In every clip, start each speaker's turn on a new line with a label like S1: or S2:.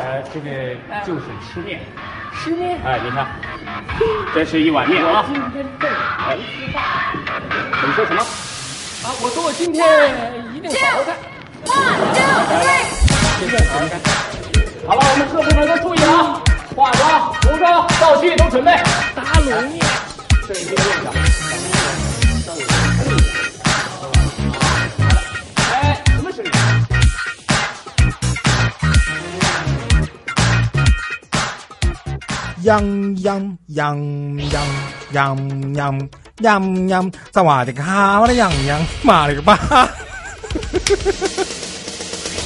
S1: 哎这个就是吃面。
S2: 吃面，
S1: 哎，你看，这是一碗面啊。
S2: 今天正
S1: 哎，你说什么？
S2: 啊，我说我今天一定好好干。
S3: One, two, three.
S1: 好了，我们各部门都注意了啊！化妆、服装、道具都准备。打卤面，这是一个面上。哎，什么声音？
S4: 央央央央央央央央，在我的卡我的央央，妈了个巴！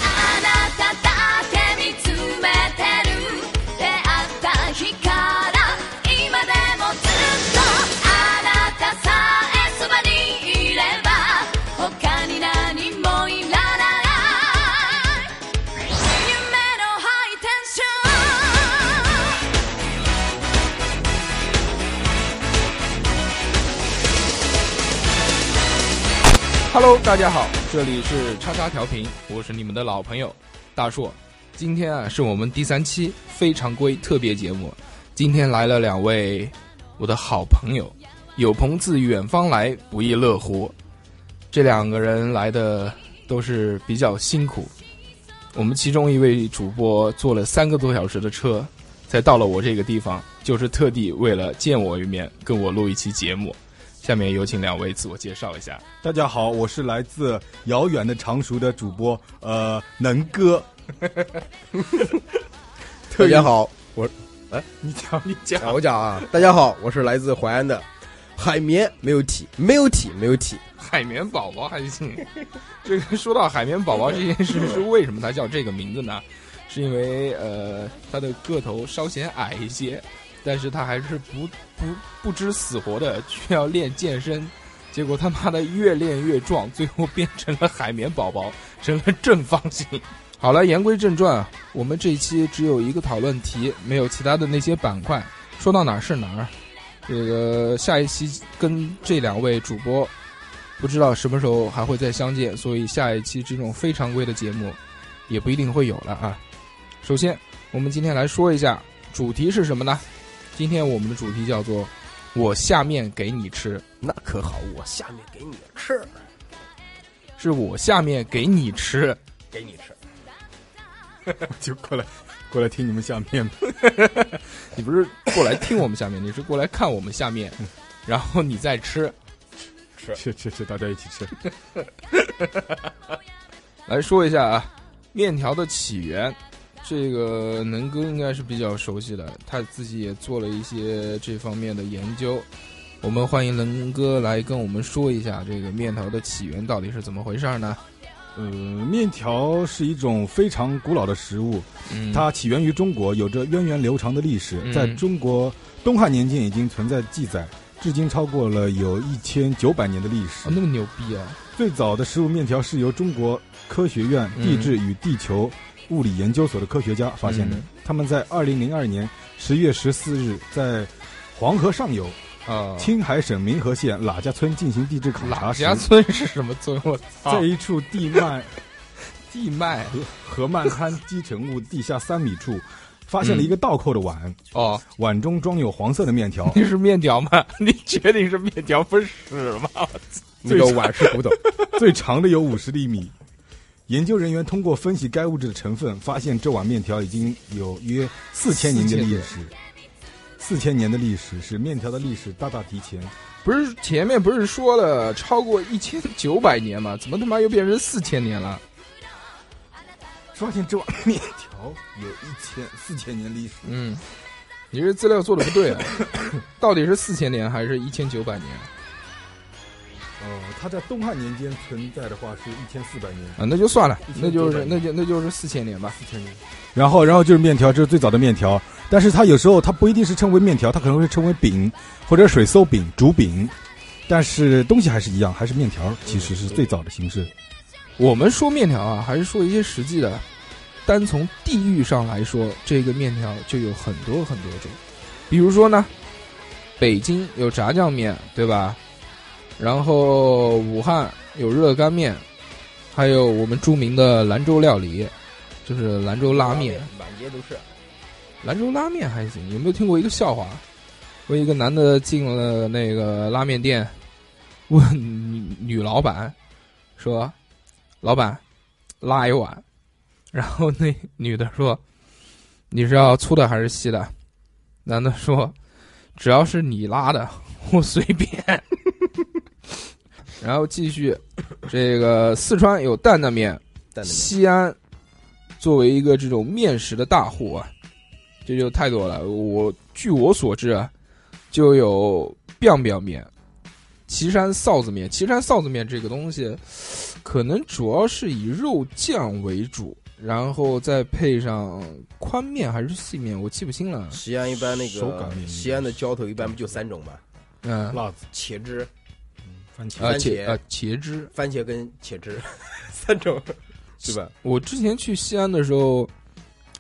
S3: あなただけ見つめてる出会った日から今でもずっとあなたさえそばにいれば他に何もいらない夢のハイテンション
S5: h e 大家好，这里是叉叉调频，我是你们的老朋友大硕。今天啊，是我们第三期非常规特别节目，今天来了两位我的好朋友，有朋自远方来，不亦乐乎。这两个人来的都是比较辛苦，我们其中一位主播坐了三个多小时的车，才到了我这个地方，就是特地为了见我一面，跟我录一期节目。下面有请两位自我介绍一下。
S6: 大家好，我是来自遥远的常熟的主播，呃，能哥。
S7: 大家好，我
S6: 你讲，
S5: 你讲
S7: 啊我讲啊，大家好，我是来自淮安的海绵，没有体，没有体，没有体。
S5: 海绵宝宝还行。 这个说到海绵宝宝这件事，是为什么它叫这个名字呢？是因为呃，它的个头稍显矮一些，但是它还是不不不知死活的去要练健身，结果他妈的越练越壮，最后变成了海绵宝宝，成了正方形。 好了，言归正传，我们这一期只有一个讨论题，没有其他的那些板块，说到哪儿是哪儿。这个下一期跟这两位主播不知道什么时候还会再相见，所以下一期这种非常规的节目也不一定会有了啊。首先，我们今天来说一下主题是什么呢？今天我们的主题叫做“我下面给你吃
S7: 那可好，我下面给你吃，”，
S5: 是我下面给你吃。
S7: 给你吃。
S6: 我就过来，过来听你们下面 吧。
S5: 你不是过来听我们下面，你是过来看我们下 面，然后你再吃。
S6: 吃吃吃，大家一起吃。
S5: 来说一下啊，面条的起源，这个能哥应该是比较熟悉的，他自己也做了一些这方面的研究。我们欢迎能哥来跟我们说一下这个面条的起源到底是怎么回事儿呢？
S6: 呃，面条是一种非常古老的食物，
S5: 嗯
S6: 它起源于中国，有着源远流长的历
S5: 嗯
S6: 史，在中国东汉年间已经存在记载，至今超过了有一千九百年的历史
S5: 哦、。那么牛逼啊！
S6: 最早的食物面条是由中国科学院
S5: 嗯
S6: 地质与地球物理研究所的科学家发现的。
S5: 嗯
S6: 他们在二零零二年十月十四日，在黄河上游、
S5: 啊、
S6: 青海省民和县喇家村进行地质考察
S5: 喇
S6: 时，
S5: 家村啊是什么村？我 操
S6: 在！一处地幔
S5: 地脉
S6: 河河漫滩积尘物地下三米处，发现了一
S5: 嗯
S6: 个倒扣的碗，
S5: 哦，。
S6: 碗中装有黄色的面条
S5: 那是面条吗？ 你确定是面条不是屎吗？
S6: 最
S7: 那个碗是古董，
S6: 最长的有五十厘米。研究人员通过分析该物质的成分，发现这碗面条已经有约四千年的历史。四千年的历史使面条的历史大大提前。
S5: 不是前面不是说了超过一千九百年吗？怎么他妈又变成四千年了？
S6: 发现这碗面条有一千四千年历史，
S5: 嗯，你这资料做的不对啊，到底是四千年还是一千九百年
S6: 呃，它在东汉年间存在的话是一千四百年。
S5: 啊？那就算了，
S6: 1900
S5: 那就是那就那就是四千年吧。
S6: 然后，然后就是面条，这是最早的面条，但是它有时候它不一定是称为面条，它可能会称为饼或者水馊饼、竹饼，但是东西还是一样，还是面条，其实是最早的形式。
S5: 我们说面条啊，还是说一些实际的。单从地域上来说，这个面条就有很多很多种。比如说呢，北京有炸酱面，对吧？然后武汉有热干面，还有我们著名的兰州料理，就是兰州拉面。
S7: 满街都是。
S5: 兰州拉面还行，有没有听过一个笑话？说一个男的进了那个拉面店，问女女老板说：“老板，拉一碗。” 然后那女的说：“你是要粗的还是细的？”男的说：“只要是你拉的， 我随便。”然后继续，这个四川有担担面，
S7: 蛋的
S5: 西安作为一个这种面食的大户啊，这就太多了。我据我所知啊，就有 biang biang 面、岐山臊子面。岐山臊子面这个东西，可能主要是以肉酱为主，然后再配上宽面还是细面，我记不清了。
S7: 西安一般那
S6: 手擀面
S7: 个西安的浇头一般不就三种吗？
S5: 嗯，
S6: 辣子、
S7: 茄汁、
S6: 番茄，
S5: 呃
S7: 番
S5: 茄
S7: 茄
S5: 呃茄汁，
S7: 番茄跟茄汁 三种，对吧？
S5: 我之前去西安的时候。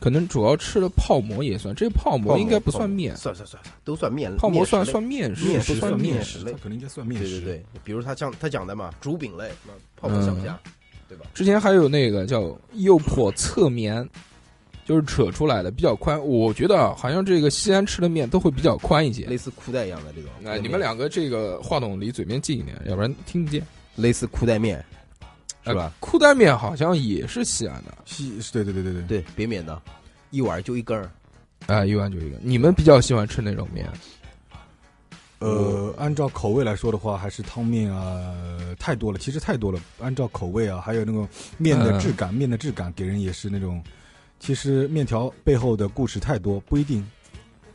S5: 可能主要吃的泡馍也算，这泡馍应该不算面，
S7: 算算算算，都算面。
S5: 泡馍
S7: 面食
S5: 算
S7: 类
S5: 算面食，
S7: 面
S5: 不
S7: 食
S5: 算
S7: 面
S5: 面
S7: 食
S5: 食。
S7: 类
S6: 它可能应该算面
S7: 对
S6: 食。
S7: 对对，比如他像他讲的嘛，竹饼类，那泡沫像不像？
S5: 嗯
S7: 对吧？
S5: 之前还有那个叫右破侧棉，就是扯出来的，比较宽。我觉得啊，好像这个西安吃的面都会比较宽一些
S7: 类。似裤带一样的这种。
S5: 哎，你们两个这个话筒离嘴边近一点，要不然听不见，
S7: 类似裤带面是吧
S5: 呃？裤带面好像也是西安的，
S6: 西，对对对对对。
S7: 对，别免的，一碗就一根儿。
S5: 啊，一碗就一个。你们比较喜欢吃哪种面？
S6: 呃，按照口味来说的话，还是汤面啊，太多了，其实太多了。按照口味啊，还有那种面
S7: 嗯
S6: 的质感，面的质感给人也是那种，其实面条背后的故事太多，不一定。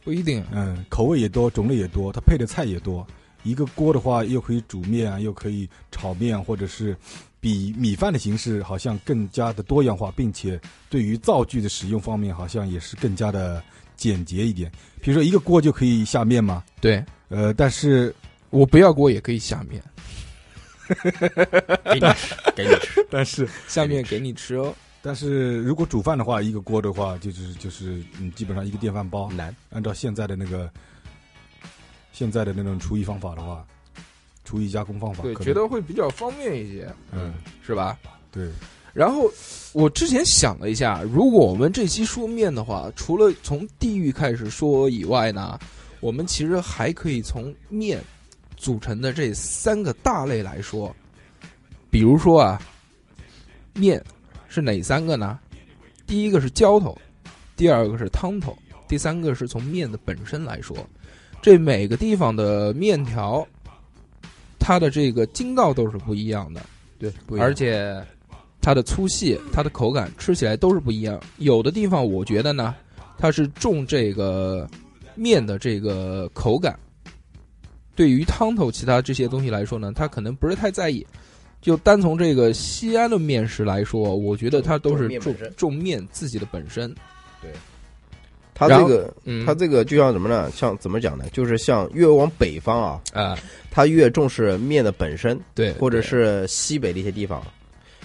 S5: 不一定。啊
S6: 嗯，口味也多，种类也多，它配的菜也多。一个锅的话，又可以煮面啊，又可以炒面，或者是比米饭的形式好像更加的多样化，并且对于灶具的使用方面，好像也是更加的简洁一点。比如说一个锅就可以下面嘛，
S5: 对
S6: 呃，但是
S5: 我不要锅也可以下面，
S7: 给你吃，给你吃。
S6: 但是
S5: 下面给你吃哦。
S6: 但是如果煮饭的话，一个锅的话，呃就是就是嗯，基本上一个电饭煲。
S7: 难，
S6: 按照现在的那个现在的那种厨艺方法的话，厨艺加工方法，
S5: 对，
S6: 可
S5: 觉
S6: 能
S5: 得会比较方便一些，
S6: 嗯，
S5: 是吧？
S6: 对，
S5: 然后我之前想了一下，如果我们这期说面的话，除了从地域开始说以外呢，我们其实还可以从面组成的这三个大类来说。比如说啊，面是哪三个呢？第一个是浇头，第二个是汤头，第三个是从面的本身来说。这每个地方的面条，它的这个筋道都是不一样的。
S7: 对，
S5: 而且它的粗细、它的口感吃起来都是不一样。有的地方我觉得呢，它是重这个面的这个口感，对于汤头其他这些东西来说呢，它可能不是太在意。就单从这个西安的面食来说，我觉得它都是
S7: 重面
S5: 重
S7: 本身
S5: 重面自己的本身。
S7: 它
S5: 然
S7: 这
S5: 后
S7: 个，
S5: 嗯，
S7: 它这个就像什么呢？像怎么讲呢？就是像越往北方啊，
S5: 啊、
S7: 它越重视面的本身，
S5: 对，
S7: 或者
S5: 对
S7: 是西北的一些地方，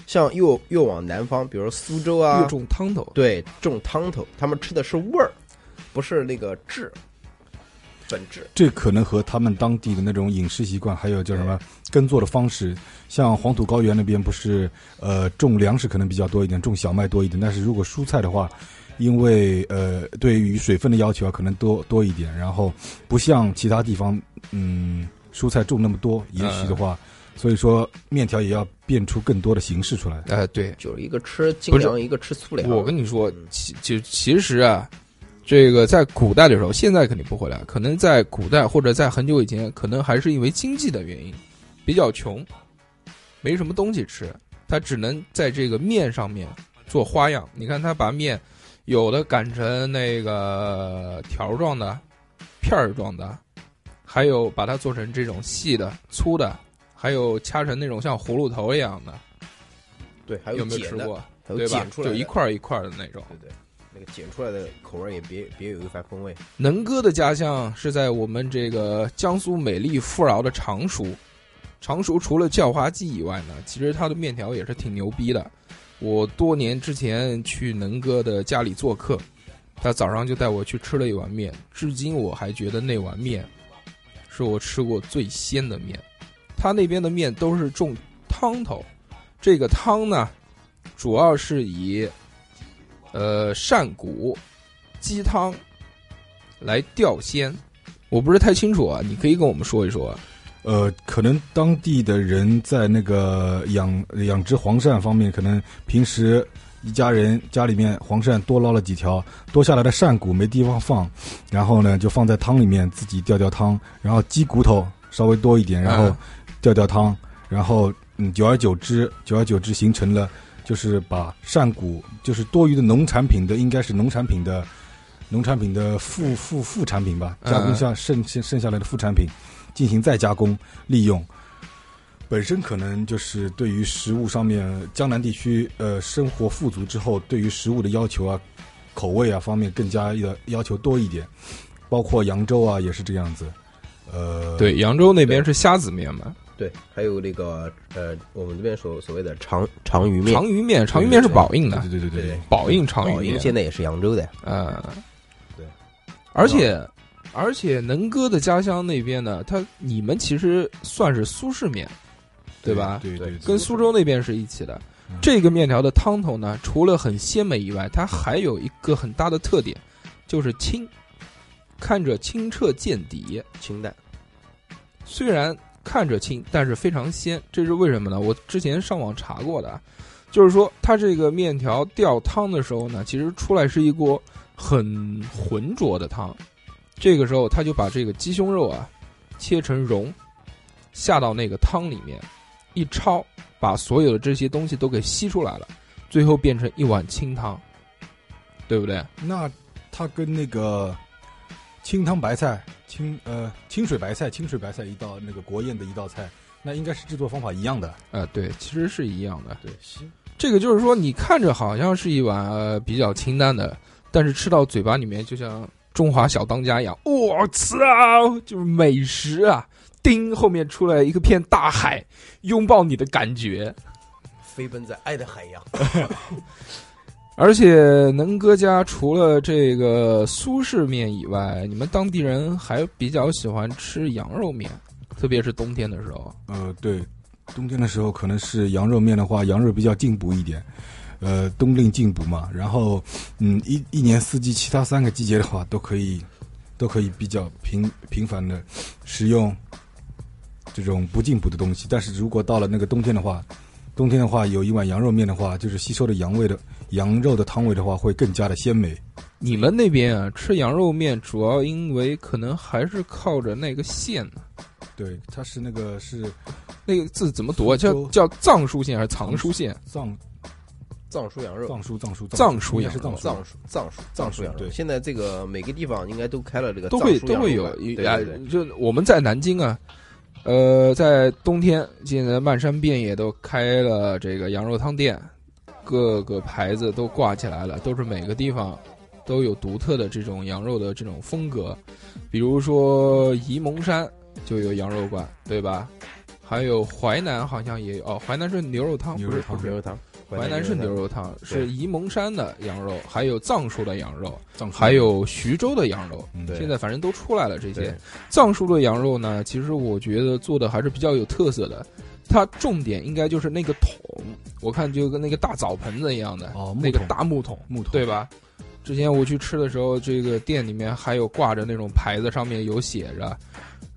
S7: 像越越往南方，比如说苏州啊
S5: 越，重汤头，
S7: 对，重汤头，他们吃的是味儿，不是那个质，本质。
S6: 这可能和他们当地的那种饮食习惯，还有叫什么耕作的方式，像黄土高原那边不是呃种粮食可能比较多一点，种小麦多一点，但是如果蔬菜的话，因为呃对于水分的要求啊可能多多一点，然后不像其他地方嗯蔬菜种那么多，也许的话，所以说面条也要变出更多的形式出来。
S5: 呃，对，
S7: 就是一个吃精
S5: 不是
S7: 粮，一个吃粗粮。
S5: 我跟你说，其就其实啊，这个在古代的时候，现在肯定不会了。可能在古代或者在很久以前，可能还是因为经济的原因，比较穷，没什么东西吃，他只能在这个面上面做花样。你看他把面有的擀成那个条状的、片儿状的，还有把它做成这种细的、粗的，还有掐成那种像葫芦头一样的。
S7: 对，还
S5: 有没有
S7: 碱
S5: 吃
S7: 的，
S5: 过？
S7: 还有
S5: 对吧
S7: 碱？出来
S5: 就
S7: 的，
S5: 一块儿一块儿的那种。
S7: 对对，那个剪出来的口味也别别有一番风味。
S5: 能哥的家乡是在我们这个江苏美丽富饶的常熟。常熟除了叫花鸡以外呢，其实它的面条也是挺牛逼的。我多年之前去能哥的家里做客，他早上就带我去吃了一碗面，至今我还觉得那碗面是我吃过最鲜的面。他那边的面都是种汤头，这个汤呢，主要是以呃扇骨、鸡汤来钓鲜？我不是太清楚啊，你可以跟我们说一说啊。
S6: 呃，可能当地的人在那个养养殖黄鳝方面，可能平时一家人家里面黄鳝多捞了几条，多下来的鳝骨没地方放，然后呢就放在汤里面自己吊吊汤，然后鸡骨头稍微多一点，然后
S5: 嗯
S6: 吊吊汤，然后嗯，久而久之，久而久之形成了就是把鳝骨就是多余的农产品的，应该是农产品的农产品的副副副产品
S5: 嗯
S6: 吧，加工下剩剩剩下来的副产品进行再加工利用。本身可能就是对于食物上面，江南地区呃生活富足之后，对于食物的要求啊、口味啊方面更加的要求多一点，包括扬州啊也是这样子。呃，，
S5: 对，扬州那边是虾子面嘛，
S7: 对，还有那个呃，我们这边所所谓的长长鱼面，
S5: 长鱼面，长鱼面是宝应的，
S6: 对对对对对
S7: 对
S5: 宝应长
S7: 宝
S5: 鱼
S7: 应
S5: 面，
S7: 现在也是扬州的，
S5: 呃，
S7: 对，
S5: 而且而且能哥的家乡那边呢，他你们其实算是苏式面，对吧？
S6: 对对，
S5: 跟苏州那边是一起的
S6: 嗯。
S5: 这个面条的汤头呢，除了很鲜美以外，它还有一个很大的特点，就是清，看着清澈见底。
S7: 清淡。
S5: 虽然看着清，但是非常鲜，这是为什么呢？我之前上网查过的啊，就是说它这个面条吊汤的时候呢，其实出来是一锅很浑浊的汤，这个时候他就把这个鸡胸肉啊切成蓉，下到那个汤里面一焯，把所有的这些东西都给吸出来了，最后变成一碗清汤，对不对？
S6: 那它跟那个清汤白菜、清呃清水白菜、清水白菜一道那个国宴的一道菜，那应该是制作方法一样的。
S5: 啊，对，其实是一样的。
S6: 对，
S5: 这个就是说，你看着好像是一碗、呃比较清淡的，但是吃到嘴巴里面就像中华小当家一样，我操，就是美食啊！叮，后面出来一个片大海，拥抱你的感觉。
S7: 飞奔在爱的海洋，
S5: 而且能哥家除了这个苏式面以外，你们当地人还比较喜欢吃羊肉面，特别是冬天的时候。
S6: 呃，对，冬天的时候可能是羊肉面的话，羊肉比较进补一点。呃，冬令进补嘛，然后，嗯，一一年四季其他三个季节的话，都可以，都可以比较频频繁的食用这种不进补的东西。但是如果到了那个冬天的话，冬天的话有一碗羊肉面的话，就是吸收的羊味的羊肉的汤味的话，会更加的鲜美。
S5: 你们那边啊，吃羊肉面主要因为可能还是靠着那个县呢，
S6: 对，它是那个是
S5: 那个字怎么读啊？叫
S6: 苏州
S5: 叫藏书县还是藏书县？
S6: 藏
S7: 藏书羊肉，
S6: 藏书藏书
S5: 藏书
S6: 应该是
S5: 羊
S6: 藏
S5: 肉
S6: 书
S7: 藏书啊藏书藏书羊肉。
S6: 对
S7: 现在这个每个地方应该都开了这个
S5: 都会
S7: 藏书
S5: 都
S7: 羊肉
S5: 会有
S7: 馆对，
S5: 啊
S7: 对对，
S5: 就我们在南京啊，呃，在冬天现在漫山遍野都开了这个羊肉汤店，各个牌子都挂起来了，都是每个地方都有独特的这种羊肉的这种风格，比如说沂蒙山就有羊肉馆，对吧？还有淮南好像也有哦，淮南是牛肉汤，
S6: 牛
S5: 不
S6: 肉
S5: 是
S6: 汤
S5: 不是
S7: 牛肉汤，
S5: 淮南是牛肉汤，是沂蒙山的羊肉，还有藏书的羊肉，
S6: 藏书
S5: 还有徐州的羊肉。
S6: 嗯
S7: 对
S5: 现在反正都出来了这些
S7: 对
S5: 藏书的羊肉呢，其实我觉得做的还是比较有特色的。它重点应该就是那个桶，我看就跟那个大澡盆子一样的，
S6: 哦木
S5: 那个
S6: 桶
S5: 大木桶，
S6: 木头
S5: 对？吧？之前我去吃的时候，这个店里面还有挂着那种牌子，上面有写着，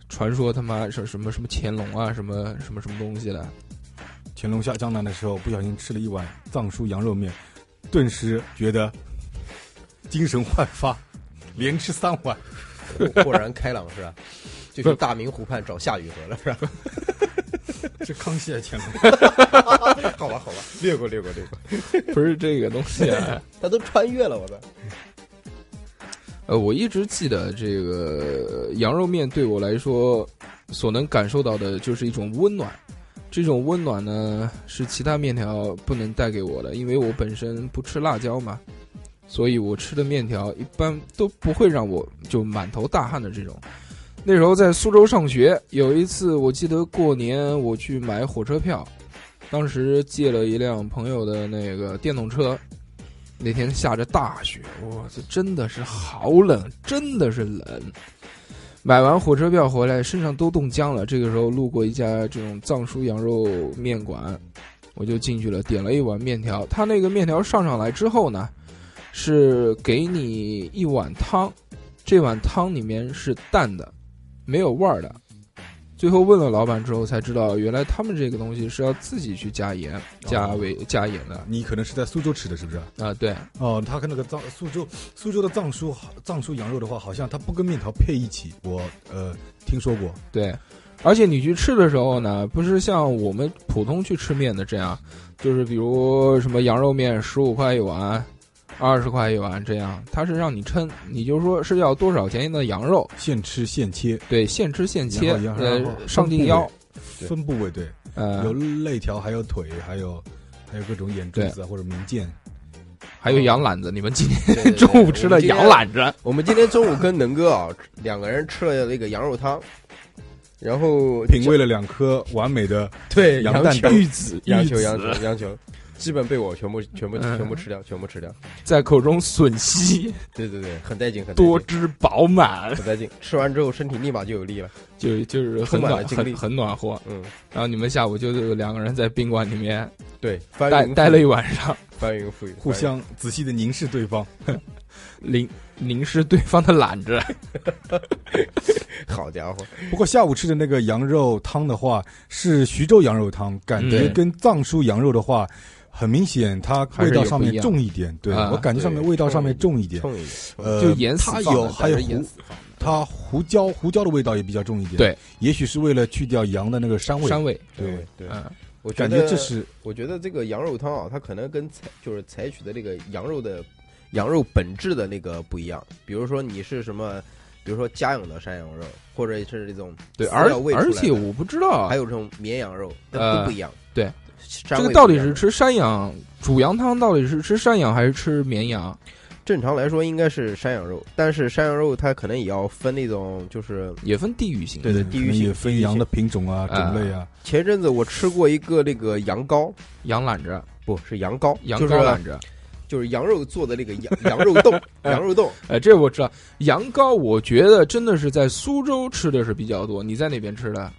S5: 传说他妈是什么什么乾隆啊，什么什么什么东西的，
S6: 乾隆下江南的时候，不小心吃了一碗藏书羊肉面，顿时觉得精神焕发， 连吃三碗。
S7: 对，豁然开朗是吧？就去大明湖畔找夏雨荷了是吧？
S6: 这康熙还乾隆？
S7: 好吧好吧，略过略过略过，
S5: 不是这个东西、啊。
S7: 他都穿越了，我操！
S5: 呃，我一直记得这个呃羊肉面对我来说，所能感受到的就是一种温暖。这种温暖呢，是其他面条不能带给我的，因为我本身不吃辣椒嘛，所以我吃的面条一般都不会让我就满头大汗的这种。那时候在苏州上学，有一次我记得过年我去买火车票，当时借了一辆朋友的那个电动车，那天下着大雪，哇，这真的是好冷，真的是冷。买完火车票回来，身上都冻僵了。这个时候路过一家这种藏书羊肉面馆，我就进去了，点了一碗面条。他那个面条上上来之后呢，是给你一碗汤，这碗汤里面是淡的，没有味儿的。最后问了老板之后才知道，原来他们这个东西是要自己去加盐、加味、加盐的。
S6: 你可能是在苏州吃的，是不是？
S5: 啊，对，
S6: 哦，他跟那个藏苏州苏州的藏书藏书羊肉的话，好像它不跟面条配一起。我呃听说过，
S5: 对，而且你去吃的时候呢，不是像我们普通去吃面的这样，就是比如什么羊肉面十五块一碗，二十块一碗这样，它是让你称，你就说是要多少钱的羊肉，
S6: 现吃现切，
S5: 对，现吃现切，
S6: 然后然后
S5: 呃，上定腰，
S6: 对嗯分部位对，有
S5: 呃，
S6: 肋条，还有腿，还有还有各种眼珠子啊或者明剑，
S5: 还有羊懒子，你们今天
S7: 对对对
S5: 中午吃了羊。
S7: 我们今天
S5: 懒子，
S7: 我们今天中午跟能哥啊两个人吃了那个羊肉汤，然后
S6: 品味了两颗完美的
S7: 对
S6: 羊
S7: 羊
S6: 蛋
S7: 球
S6: 蛋。
S5: 玉 子，
S7: 羊
S5: 玉
S7: 球
S5: 子
S7: 羊球羊球，基本被我全部全部
S5: 嗯
S7: 全部吃掉，全部吃掉。
S5: 在口中吮吸，
S7: 对对对，很带劲，很带劲
S5: 多汁饱满，
S7: 很带劲。吃完之后身体立马就有力了。
S5: 就就是很
S7: 充满了
S5: 暖，
S7: 精力
S5: 很很暖和。
S7: 嗯，
S5: 然后你们下午就两个人在宾馆里面
S7: 对，翻
S5: 待
S7: 云
S5: 待了一晚上，
S7: 翻云覆雨，
S6: 互
S7: 翻云
S6: 相仔细的凝视对方，
S5: 凝凝视对方的懒子。
S7: 好家伙，
S6: 不过下午吃的那个羊肉汤的话，是徐州羊肉汤，感觉
S5: 嗯
S6: 跟藏书羊肉的话，很明显它味道上面重一点。对
S5: 啊
S6: 我感觉上面味道上面重一点，
S7: 冲一个，冲一个
S6: 呃，
S5: 就盐死
S6: 它
S5: 放
S6: 有
S5: 的
S6: 还有
S5: 带着盐
S6: 胡
S5: 死，
S6: 它胡椒胡椒的味道也比较重一点。
S5: 对，
S6: 也许是为了去掉羊的那个膻味。
S5: 膻味，
S6: 对，
S7: 对，
S5: 嗯，
S7: 我觉
S6: 感
S7: 得
S6: 觉这是
S7: 我觉得这个羊肉汤啊，它可能跟采就是采取的这个羊肉的羊肉本质的那个不一样。比如说你是什么，比如说家养的山羊肉，或者是这种
S5: 对，
S7: 饲
S5: 而
S7: 料喂出来
S5: 而
S7: 的
S5: 且我不知道
S7: 还有这种绵羊肉，它
S5: 呃
S7: 都不一样。
S5: 对
S7: 山
S5: 这
S7: 味不一样，
S5: 个到底是吃山羊煮羊汤，到底是吃山羊还是吃绵羊？
S7: 正常来说应该是山羊肉，但是山羊肉它可能也要分那种就是
S5: 也分地域性。
S7: 对对
S6: 嗯
S7: 地
S6: 可
S7: 域
S6: 能
S7: 性
S6: 也
S7: 地
S6: 分
S7: 域
S6: 羊
S7: 性
S6: 的品种啊、
S5: 啊
S6: 种类啊。
S7: 前阵子我吃过一个那个羊羔，
S5: 羊懒子，
S7: 不是羊羔，
S5: 羊
S7: 就是
S5: 羔懒子。
S7: 就是羊肉做的那个羊 羊肉冻，羊肉冻。
S5: 哎，这我知道。羊羔，我觉得真的是在苏州吃的是比较多。你在哪边吃的？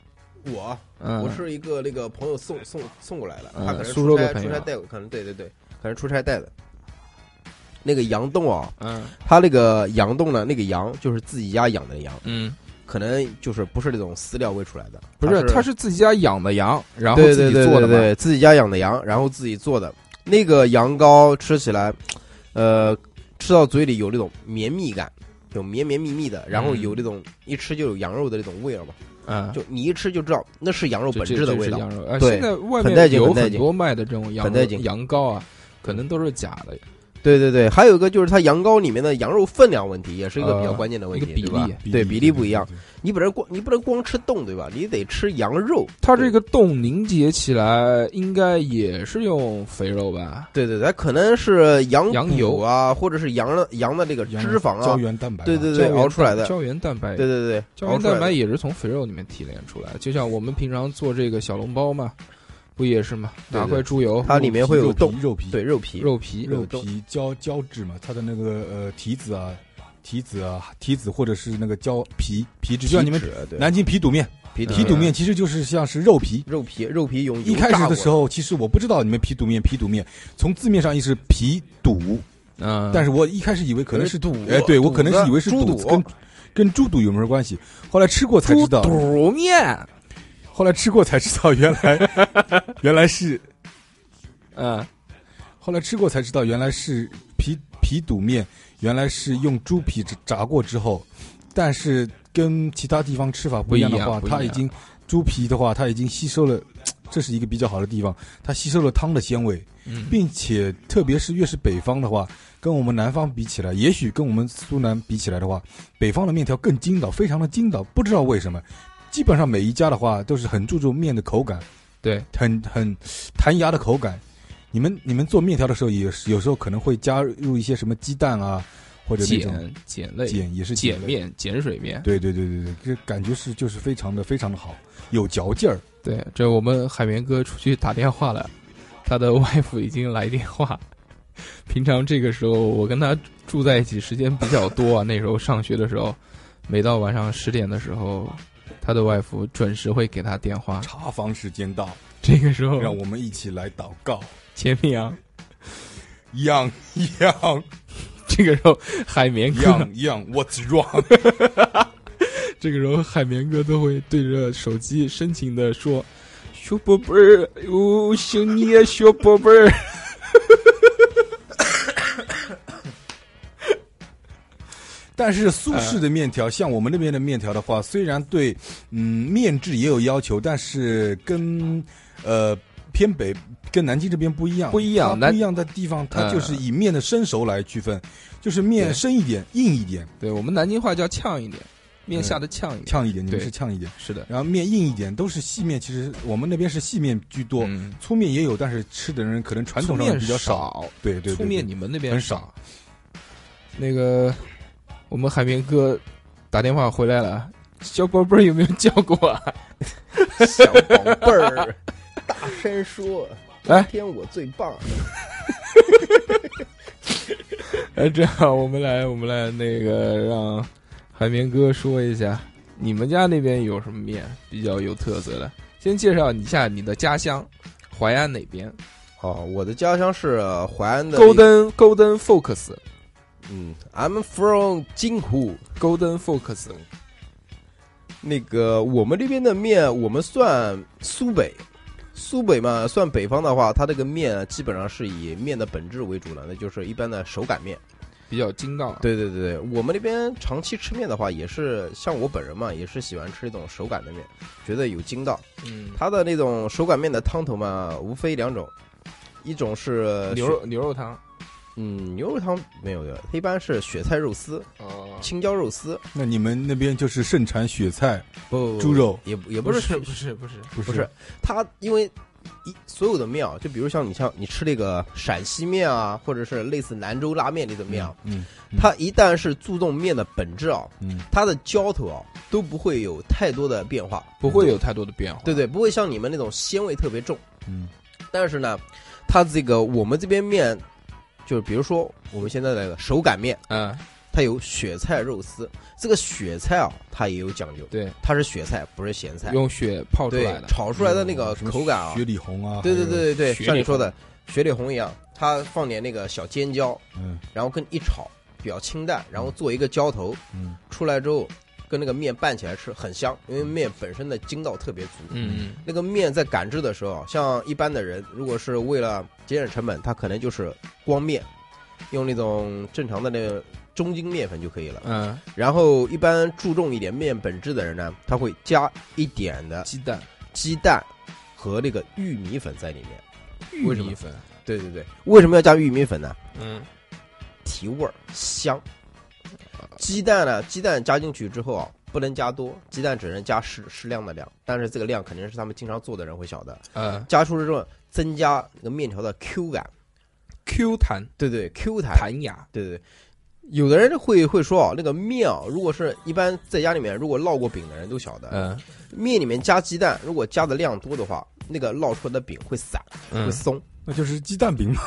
S7: 我
S5: 嗯，
S7: 我是一个那个朋友送送送过来的，
S5: 嗯
S7: 他可能是
S5: 苏州
S7: 出
S5: 的
S7: 差
S5: 朋友
S7: 出差带，可能对对对，可能出差带的。那个羊冻啊，
S5: 嗯
S7: 他那个羊冻呢，那个羊就是自己家养的羊，
S5: 嗯，
S7: 可能就是不是那种饲料喂出来的，
S5: 不是，
S7: 它
S5: 他是自己家养的羊，然后
S7: 对
S5: 自
S7: 对
S5: 己
S7: 对
S5: 做的
S7: 对
S5: 嘛。
S7: 对，自己家养的羊，然后自己做的那个羊羔吃起来，呃，吃到嘴里有那种绵密感，有绵绵密密的，然后
S5: 嗯
S7: 有那种一吃就有羊肉的那种味儿嘛，
S5: 嗯，
S7: 就你一吃就知道那是羊肉
S5: 这
S7: 本
S5: 这
S7: 质的
S5: 这
S7: 味
S5: 是
S7: 道
S5: 羊。肉，呃，
S7: 对
S5: 现在外
S7: 很带
S5: 面
S7: 劲
S5: 有
S7: 很带
S5: 很
S7: 劲
S5: 多卖的这种羊
S7: 很带
S5: 肉
S7: 劲
S5: 羊羔啊，可能都是假的，
S7: 对对对，还有一个就是它羊羔里面的羊肉分量问题，也是一个比较
S5: 呃
S7: 关键的问
S5: 一
S7: 题，
S5: 个比
S7: 对吧
S5: 例
S7: 对比例不一样
S6: 对。对对
S7: 你不能光你不能光吃冻对吧？你得吃羊肉。
S5: 它这个冻凝结起来，应该也是用肥肉吧？
S7: 对对，它可能是羊
S5: 羊油
S7: 骨啊，或者是羊的羊的这个
S6: 羊
S7: 脂肪
S6: 胶
S7: 啊，
S6: 原蛋白嘛。
S7: 对对对，熬出来的。
S5: 胶原蛋白，
S7: 对对对，
S5: 胶
S7: 熬
S5: 原
S7: 出来
S5: 蛋
S7: 的
S5: 白也是从肥肉里面提炼出来的。就像我们平常做这个小笼包嘛，不也是嘛？
S7: 对
S5: 拿
S7: 对
S5: 块猪油、
S7: 它里面会有冻，
S6: 肉皮，
S7: 对肉皮，
S5: 肉皮，
S6: 肉
S7: 冻
S6: 皮胶胶质嘛，它的那个呃提子啊、提子啊、提子或者是那个胶皮皮质，就像你们
S7: 皮脂对
S6: 南京皮肚面，
S7: 皮
S6: 皮肚面其实就是像是肉皮。
S7: 肉皮肉皮用
S6: 一开始的时
S7: 候，
S6: 候，其实我不知道你们皮肚面皮肚面，从字面上意思是皮肚，
S5: 嗯，
S6: 但是我一开始以为可能是
S7: 肚
S6: 哎，对我可能是以为是
S7: 猪
S6: 肚子
S7: 肚
S6: 跟跟猪肚有没有关系？后来吃过才知
S5: 猪
S6: 道，
S5: 肚面，
S6: 后来吃过才知道原来 原来是
S5: 嗯，
S6: 后来吃过才知道，原来是皮皮肚面，原来是用猪皮炸炸过之后，但是跟其他地方吃法不一样的话，
S5: 不一样不一样
S6: 它已经猪皮的话，它已经吸收了，这是一个比较好的地方，它吸收了汤的鲜味，
S5: 嗯
S6: 并且特别是越是北方的话，跟我们南方比起来，也许跟我们苏南比起来的话，北方的面条更筋道，非常的筋道，不知道为什么，基本上每一家的话都是很注重面的口感，
S5: 对，
S6: 很很弹牙的口感。你们你们做面条的时候也，有有时候可能会加入一些什么鸡蛋啊，或者那种
S5: 碱碱类
S6: 碱也是
S5: 碱
S6: 碱类。
S5: 面碱水面。
S6: 对对对对对，这感觉是就是非常的非常的好，有嚼劲儿。
S5: 对，这我们海绵哥出去打电话了，他的 外父已经来电话。平常这个时候，我跟他住在一起时间比较多啊。那时候上学的时候，每到晚上十点的时候，他的外父准时会给他电话。
S6: 查房时间到，
S5: 这个时候，
S6: 让我们一起来祷告，
S5: 前面啊，
S6: 养养。
S5: 这个时候海绵哥，
S6: 样样，What's wrong？
S5: 这个时候海绵哥都会对着手机深情的说：“小宝贝儿，哦，想你啊，小宝贝儿。”
S6: 但是苏式的面条，像我们那边的面条的话，虽然对嗯面质也有要求，但是跟呃偏北跟南京这边不一样，
S5: 不一样
S6: 它
S5: 南
S6: 不一样的地方，它
S5: 嗯
S6: 就是以面的生熟来区分，就是面
S5: 对
S6: 生一点、硬一点、
S5: 对我们南京话叫呛一点，面下的呛一点，
S6: 呛一点，你们
S5: 对
S6: 是呛一点，
S5: 是的，
S6: 然后面硬一点，都是细面。其实我们那边是细面居多，
S5: 嗯
S6: 粗面也有，但是吃的人可能传
S5: 粗
S6: 统上
S5: 面
S6: 比较少。
S5: 少，
S6: 对对对，
S5: 粗面你们那边
S6: 很少。
S5: 那个我们海绵哥打电话回来了，小宝贝儿有没有叫过 啊？
S7: 小宝贝儿，大 声说，
S5: 来
S7: 今天我最棒。
S5: 哎，这样我们来，我们来那个让海绵哥说一下，你们家那边有什么面比较有特色的？先介绍一下你的家乡，淮安哪边？
S7: 哦，我的家乡是淮安的那个
S5: Golden Golden Focus
S7: 嗯，I'm from 金湖。
S5: Golden Focus，
S7: 那个我们这边的面，我们算苏北，苏北嘛，算北方的话，它这个面啊基本上是以面的本质为主的，那就是一般的手擀面。
S5: 比较啊筋道。
S7: 对对对，对我们那边长期吃面的话，也是像我本人嘛，也是喜欢吃这种手擀的面，觉得有筋道。
S5: 嗯，
S7: 它的那种手擀面的汤头嘛，无非两种，一种是
S5: 牛
S7: 雪，
S5: 肉牛肉汤。
S7: 嗯，牛肉汤没有的，它一般是雪菜肉丝、
S5: 哦，
S7: 青椒肉丝，
S6: 那你们那边就是盛产雪菜、
S7: 不
S6: 猪，肉，
S7: 也不也
S5: 不
S7: 不
S5: 是
S7: 是
S5: 不是不是，
S6: 不
S7: 不是它，因为一所有的面啊，就比如像你像你吃那个陕西面啊，或者是类似兰州拉面那种面啊，
S6: 嗯
S7: 它一旦是注重面的本质啊，
S6: 嗯，
S7: 它的浇头啊都不会有太多的变化，
S5: 不会有太多的变化。
S7: 对对，不会像你们那种鲜味特别重。
S6: 嗯，
S7: 但是呢，它这个我们这边面，就是比如说我们现在那个手擀面，
S5: 嗯，
S7: 它有雪菜肉丝，这个雪菜啊，它也有讲究，
S5: 对，
S7: 它是雪菜，不是咸菜，
S5: 用血泡出
S7: 对
S5: 来的。
S7: 炒出来的那个
S6: 嗯什么
S7: 口感啊
S6: 雪，里红啊，
S7: 对对
S6: 还有，
S7: 对对对，
S5: 雪
S7: 像
S5: 里
S7: 你说的雪里红一样，它放点那个小尖椒，
S6: 嗯
S7: 然后跟一炒，比较清淡，然后做一个浇头，
S6: 嗯，
S7: 出来之后跟那个面拌起来吃，很香，因为面本身的筋道特别足。
S5: 嗯，
S7: 那个面在擀制的时候，像一般的人，如果是为了节省成本，他可能就是光面，用那种正常的那个中筋面粉就可以了。
S5: 嗯，
S7: 然后一般注重一点面本质的人呢，他会加一点的
S5: 鸡蛋、
S7: 鸡蛋和那个玉米粉在里面。
S5: 玉
S7: 为什么
S5: 米粉，
S7: 对对对，为什么要加玉米粉呢？
S5: 嗯，
S7: 提味儿香。鸡蛋呢？鸡蛋加进去之后啊，不能加多，鸡蛋只能加适适量的量，但是这个量肯定是他们经常做的人会晓得。
S5: 呃
S7: 加出之后，增加那个面条的 Q 感，
S5: ，Q 弹
S7: 对对，Q 弹，
S5: 弹牙，
S7: 对对。有的人会会说啊，那个面啊，如果是一般在家里面如果烙过饼的人都晓得，
S5: 嗯
S7: 面里面加鸡蛋，如果加的量多的话，那个烙出来的饼会散，会
S5: 嗯，
S7: 松。
S6: 那就是鸡蛋饼嘛，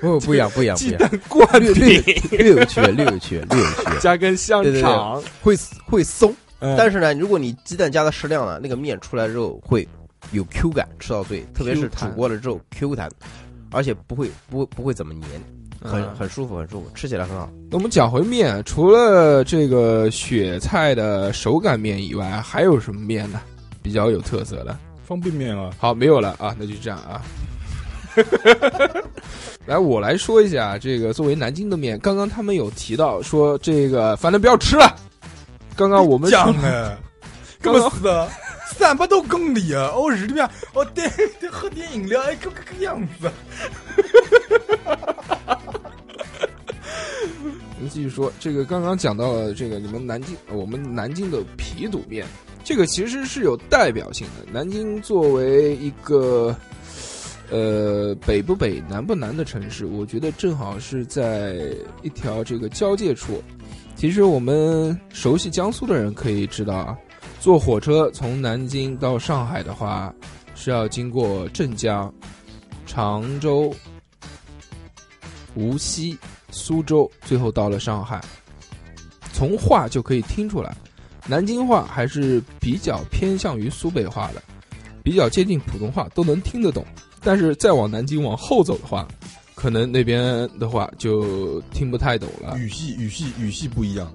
S7: 不不一样，不一样，不一
S5: 鸡
S7: 样。
S5: 蛋灌
S7: 略略 略有区别，略有区别，略有区别。
S5: 加根香
S7: 对对
S5: 肠
S7: 对，会 会松，
S5: 嗯
S7: 但是呢，如果你鸡蛋加的适量啊了，那个面出来之后会有 Q 感，吃到嘴，特别是煮
S5: 弹
S7: 过了之后 Q 弹，而且不会不会不会怎么粘，很
S5: 嗯
S7: 很舒服，很舒服，吃起来很好。
S5: 那我们讲回面，除了这个雪菜的手擀面以外，还有什么面呢？比较有特色的？
S6: 方便面 啊，
S5: 好，没有了啊，那就这样啊。 来，我来说一下这个作为南京的面，刚刚他们有提到说这个，反正不要吃了。刚刚我们
S6: 酱哎，
S5: 刚
S6: 么
S5: 刚
S6: 死的，三百多公里啊，我日里面，我得得喝点饮料，哎，这个样子，
S5: 我们继续说，这个刚刚讲到了这个你们南京，呃我们南京的皮肚面，这个其实是有代表性的。南京作为一个呃北不北南不南的城市，我觉得正好是在一条这个交界处。其实我们熟悉江苏的人可以知道啊，坐火车从南京到上海的话，是要经过镇江、常州、无锡。苏州，最后到了上海。从话就可以听出来，南京话还是比较偏向于苏北话的，比较接近普通话，都能听得懂。但是再往南京往后走的话，可能那边的话就听不太懂了。
S6: 语系语系语系不一样，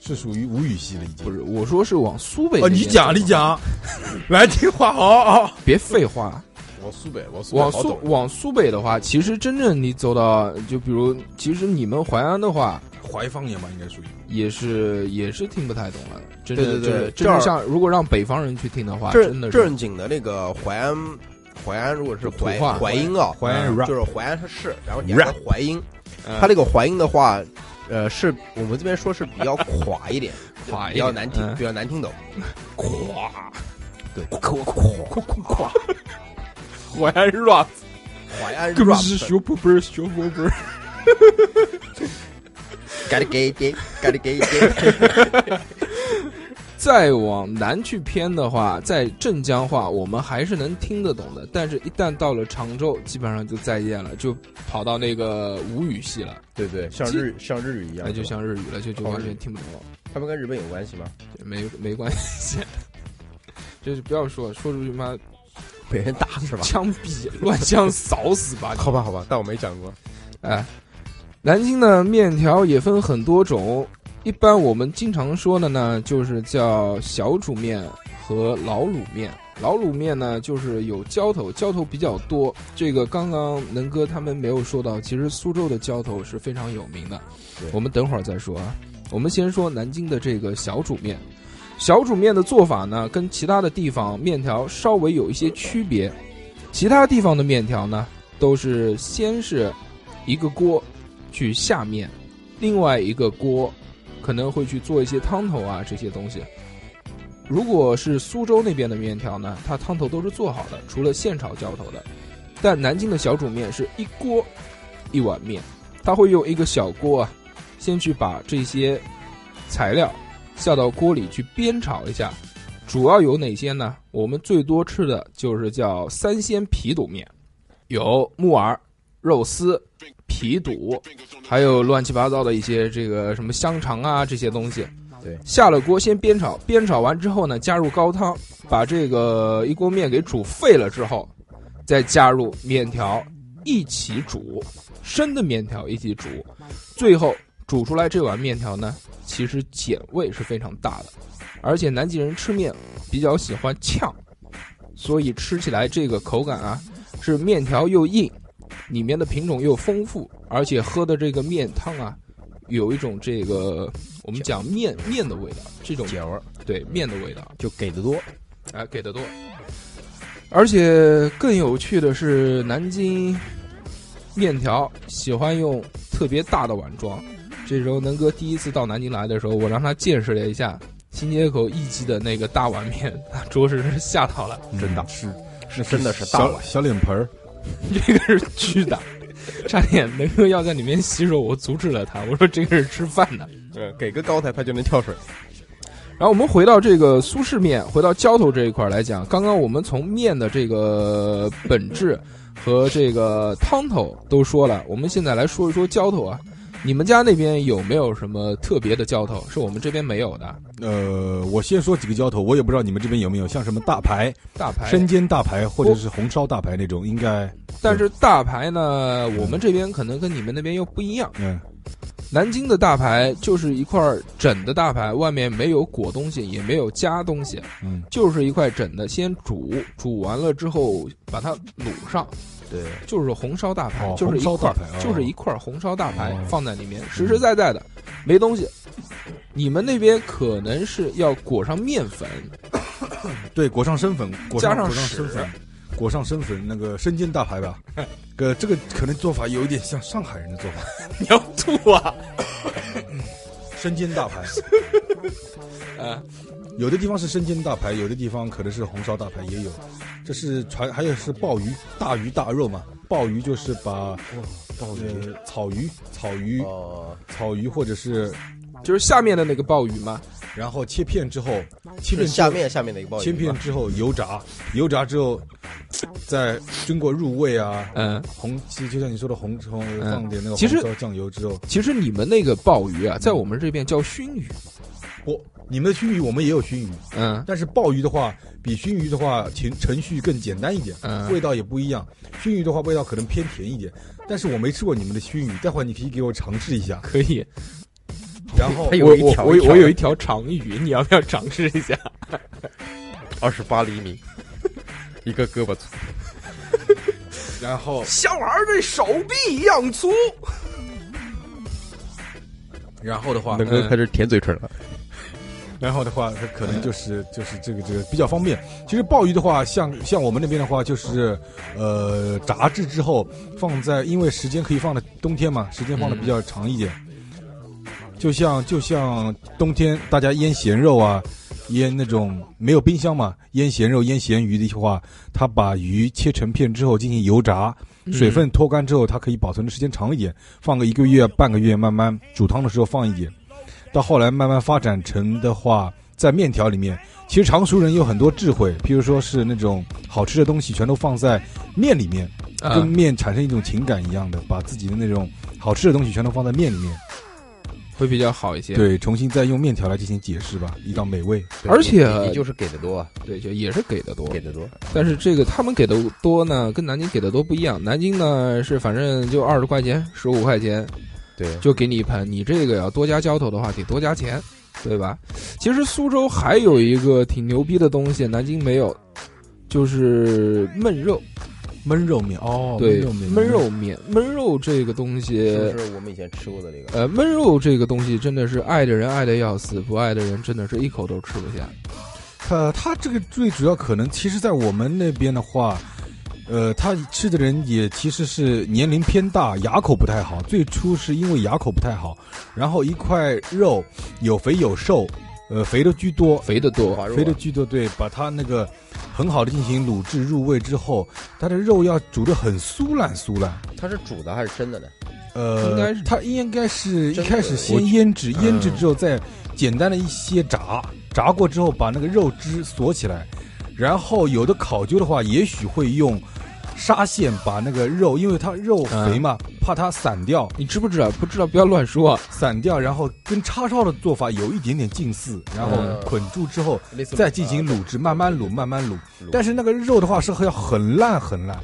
S6: 是属于吴语系了已经。
S5: 不是，我说是往苏北那
S6: 哦，
S5: 边
S6: 你
S5: 走。
S6: 讲你讲， 来听话哦好好。
S5: 别废话。
S6: 我苏北，我
S5: 往苏往苏北的话，其实真正你走到，就比如，其实你们淮安的话，
S6: 淮方言吧，应该属于。
S5: 也是也是听不太懂了。真
S7: 对
S5: 的
S7: 对对
S5: 就是
S7: 这
S5: 真
S7: 儿
S5: 的像如果让北方人去听的话，真
S7: 正
S5: 的是
S7: 正经的那个淮安，淮安如果是淮
S5: 土话
S7: 淮阴啊，
S6: 淮安 rap
S7: 就是淮安是市，然后你还
S6: rap
S7: 淮阴，
S5: 嗯
S7: 它这个淮阴的话，呃，是我们这边说是比较垮一点，
S5: 垮一
S7: 比较
S5: 点
S7: 难听，
S5: 嗯
S7: 比较难听懂。
S5: 淮安 rap，
S7: 淮安 rap
S5: 不不小不不，
S7: 嘎哩给给嘎哩给给，
S5: 再往南去偏的话，在镇江话我们还是能听得懂的，但是一旦到了常州，基本上就再见了，就跑到那个吴语系了，
S7: 对对，像日像日语一样，
S5: 那就是
S7: 吧
S5: 像日语了，就就完全听不懂了。
S7: 他们跟日本有关系吗？
S5: 没没关系， 就是不要说说出去妈
S7: 被人打是吧？！
S5: 枪毙 乱枪扫死吧
S7: 好吧好吧，但我没讲过。
S5: 哎，南京的面条也分很多种，一般我们经常说的呢，就是叫小煮面和老卤面。老卤面呢，就是有浇头，浇头比较多。这个刚刚能哥他们没有说到，其实苏州的浇头是非常有名的
S7: 对。
S5: 我们等会儿再说啊。我们先说南京的这个小煮面。小煮面的做法呢，跟其他的地方面条稍微有一些区别。其他地方的面条呢，都是先是一个锅去下面，另外一个锅可能会去做一些汤头啊这些东西。如果是苏州那边的面条呢，它汤头都是做好的，除了现炒浇头的。但南京的小煮面是一锅一碗面，它会用一个小锅啊，先去把这些材料下到锅里去煸炒一下。主要有哪些呢？我们最多吃的就是叫三鲜皮肚面，有木耳、肉丝、皮肚，还有乱七八糟的一些这个什么香肠啊这些东西。
S7: 对，
S5: 下了锅先煸炒，煸炒完之后呢，加入高汤，把这个一锅面给煮沸了之后，再加入面条一起煮，生的面条一起煮，最后煮出来这碗面条呢，其实碱味是非常大的，而且南京人吃面比较喜欢呛，所以吃起来这个口感啊，是面条又硬，里面的品种又丰富，而且喝的这个面汤啊，有一种这个我们讲面面的味道，这种
S7: 味儿
S5: 对面的味道，
S7: 就给的多，
S5: 哎，给的多。而且更有趣的是，南京面条喜欢用特别大的碗装。这时候，能哥第一次到南京来的时候，我让他见识了一下新街口一记的那个大碗面，着实是吓到 了。
S7: 真大
S6: 是
S7: 是真的是大
S6: 小
S7: 碗。
S6: 小脸盆儿，
S5: 这个是巨大，差点能哥要在里面洗手，我阻止了他，我说这个是吃饭的。
S7: 嗯，给个高抬它就能跳水。
S5: 然后我们回到这个苏式面，回到浇头这一块儿来讲，刚刚我们从面的这个本质和这个汤头都说了，我们现在来说一说浇头啊。你们家那边有没有什么特别的浇头？是我们这边没有的。
S6: 呃，我先说几个浇头，我也不知道你们这边有没有，像什么大排、
S5: 大排，
S6: 生煎大排或者是红烧大排那种，应该，
S5: 但是大排呢，我们这边可能跟你们那边又不一样。
S6: 嗯，
S5: 南京的大排就是一块整的大排，外面没有裹东西，也没有加东西，
S6: 嗯，
S5: 就是一块整的，先煮，煮完了之后把它卤上，
S7: 对，
S5: 就是红烧大排，
S6: 哦
S5: 就是一
S6: 红烧
S5: 块
S6: 大排哦
S5: 就是一块红烧大排
S6: 哦
S5: 放在里面，实实在在的，没东西。你们那边可能是要裹上面粉，
S6: 对，裹上生粉，裹
S5: 加上
S6: 上裹上生粉，裹上生粉那个生煎大排吧，呃，这个可能做法有一点像上海人的做法，
S5: 你要吐啊！
S6: 生煎大排，
S5: 啊，
S6: 有的地方是生煎大排，有的地方可能是红烧大排也有。这是传，还有是鲍鱼，大鱼大肉嘛。鲍鱼就是把鲍鱼、草鱼、草鱼、
S7: 哦，
S6: 草鱼，或者是
S5: 就是下面的那个鲍鱼嘛，
S6: 然后切片之后，切
S7: 是
S6: 片
S7: 下面下面的
S5: 哦
S7: 一个鲍
S6: 切
S7: 鱼
S6: 片
S7: 吧。
S6: 之后油炸，油炸之后再经过入味啊，
S5: 嗯，
S6: 红其实就像你说的红红放点那个
S5: 其实
S6: 红烧酱油之后，
S5: 其实你们那个鲍鱼啊，在我们这边叫熏鱼，
S6: 不你们的熏鱼我们也有熏鱼，
S5: 嗯
S6: 但是鲍鱼的话，比熏鱼的话程程序更简单一点，
S5: 嗯
S6: 味道也不一样。熏鱼的话味道可能偏甜一点，但是我没吃过你们的熏鱼，待会儿你可以给我尝试一下。
S5: 可以。
S6: 然后
S5: 我哎我我我我有一条长鱼，你要不要尝试一下？
S8: 二十八厘米，一个胳膊粗。
S6: 然后
S5: 小孩这手臂一样粗。
S6: 然后的话，
S8: 能哥开始舔嘴唇了，
S6: 然后的话，它可能就是就是这个这个比较方便。其实鲍鱼的话，像像我们那边的话，就是呃炸制之后放在，因为时间可以放的冬天嘛，时间放的比较长一点。就像就像冬天大家腌咸肉啊，腌那种没有冰箱嘛，腌咸肉、腌咸鱼的话，它把鱼切成片之后进行油炸，水分脱干之后，它可以保存的时间长一点，放个一个月、半个月，慢慢煮汤的时候放一点。到后来慢慢发展成的话，在面条里面，其实常熟人有很多智慧，譬如说是那种好吃的东西全都放在面里面，
S5: 啊
S6: 跟面产生一种情感一样的，把自己的那种好吃的东西全都放在面里面，
S5: 会比较好一些。，
S6: 对，重新再用面条来进行解释吧，一道美味。
S5: 而且
S7: 你你就是给的多啊，
S5: 对，就也是给的多，
S7: 给的多。
S5: 但是这个他们给的多呢，跟南京给的多不一样。南京呢是反正就二十块钱、十五块钱
S7: 对，
S5: 就给你一盆，你这个要多加浇头的话得多加钱，对吧？其实苏州还有一个挺牛逼的东西，南京没有，就是焖肉。
S6: 焖肉面哦，
S5: 对，焖
S6: 焖
S5: 肉面，焖肉这个东西，
S7: 就是我们以前吃过的那个，
S5: 呃，焖肉这个东西真的是爱的人爱的要死，不爱的人真的是一口都吃不下。
S6: 它它这个最主要可能，其实，在我们那边的话，呃，他吃的人也其实是年龄偏大，牙口不太好。最初是因为牙口不太好，然后一块肉有肥有瘦，呃，肥的居多，
S5: 肥的多，
S7: 啊
S6: 肥的居多，对，把它那个很好的进行卤制入味之后，它的肉要煮的很酥烂酥烂。
S7: 它是煮的还是蒸的呢？
S6: 呃，
S5: 应该是
S6: 它应该是一
S7: 真的
S6: 开始
S7: 我
S6: 先腌制，腌制之后再简单的一些炸，炸过之后把那个肉汁锁起来，然后有的考究的话，也许会用纱线把那个肉，因为它肉肥嘛，
S5: 嗯
S6: 怕它散掉，
S5: 你知不知道？不知道不要乱说啊。
S6: 散掉，然后跟叉烧的做法有一点点近似，然后
S7: 嗯
S6: 捆住之后
S7: 类似
S6: 再进行
S7: 啊
S6: 卤制，慢慢卤，慢慢卤
S7: 卤。
S6: 但是那个肉的话是要很烂很烂，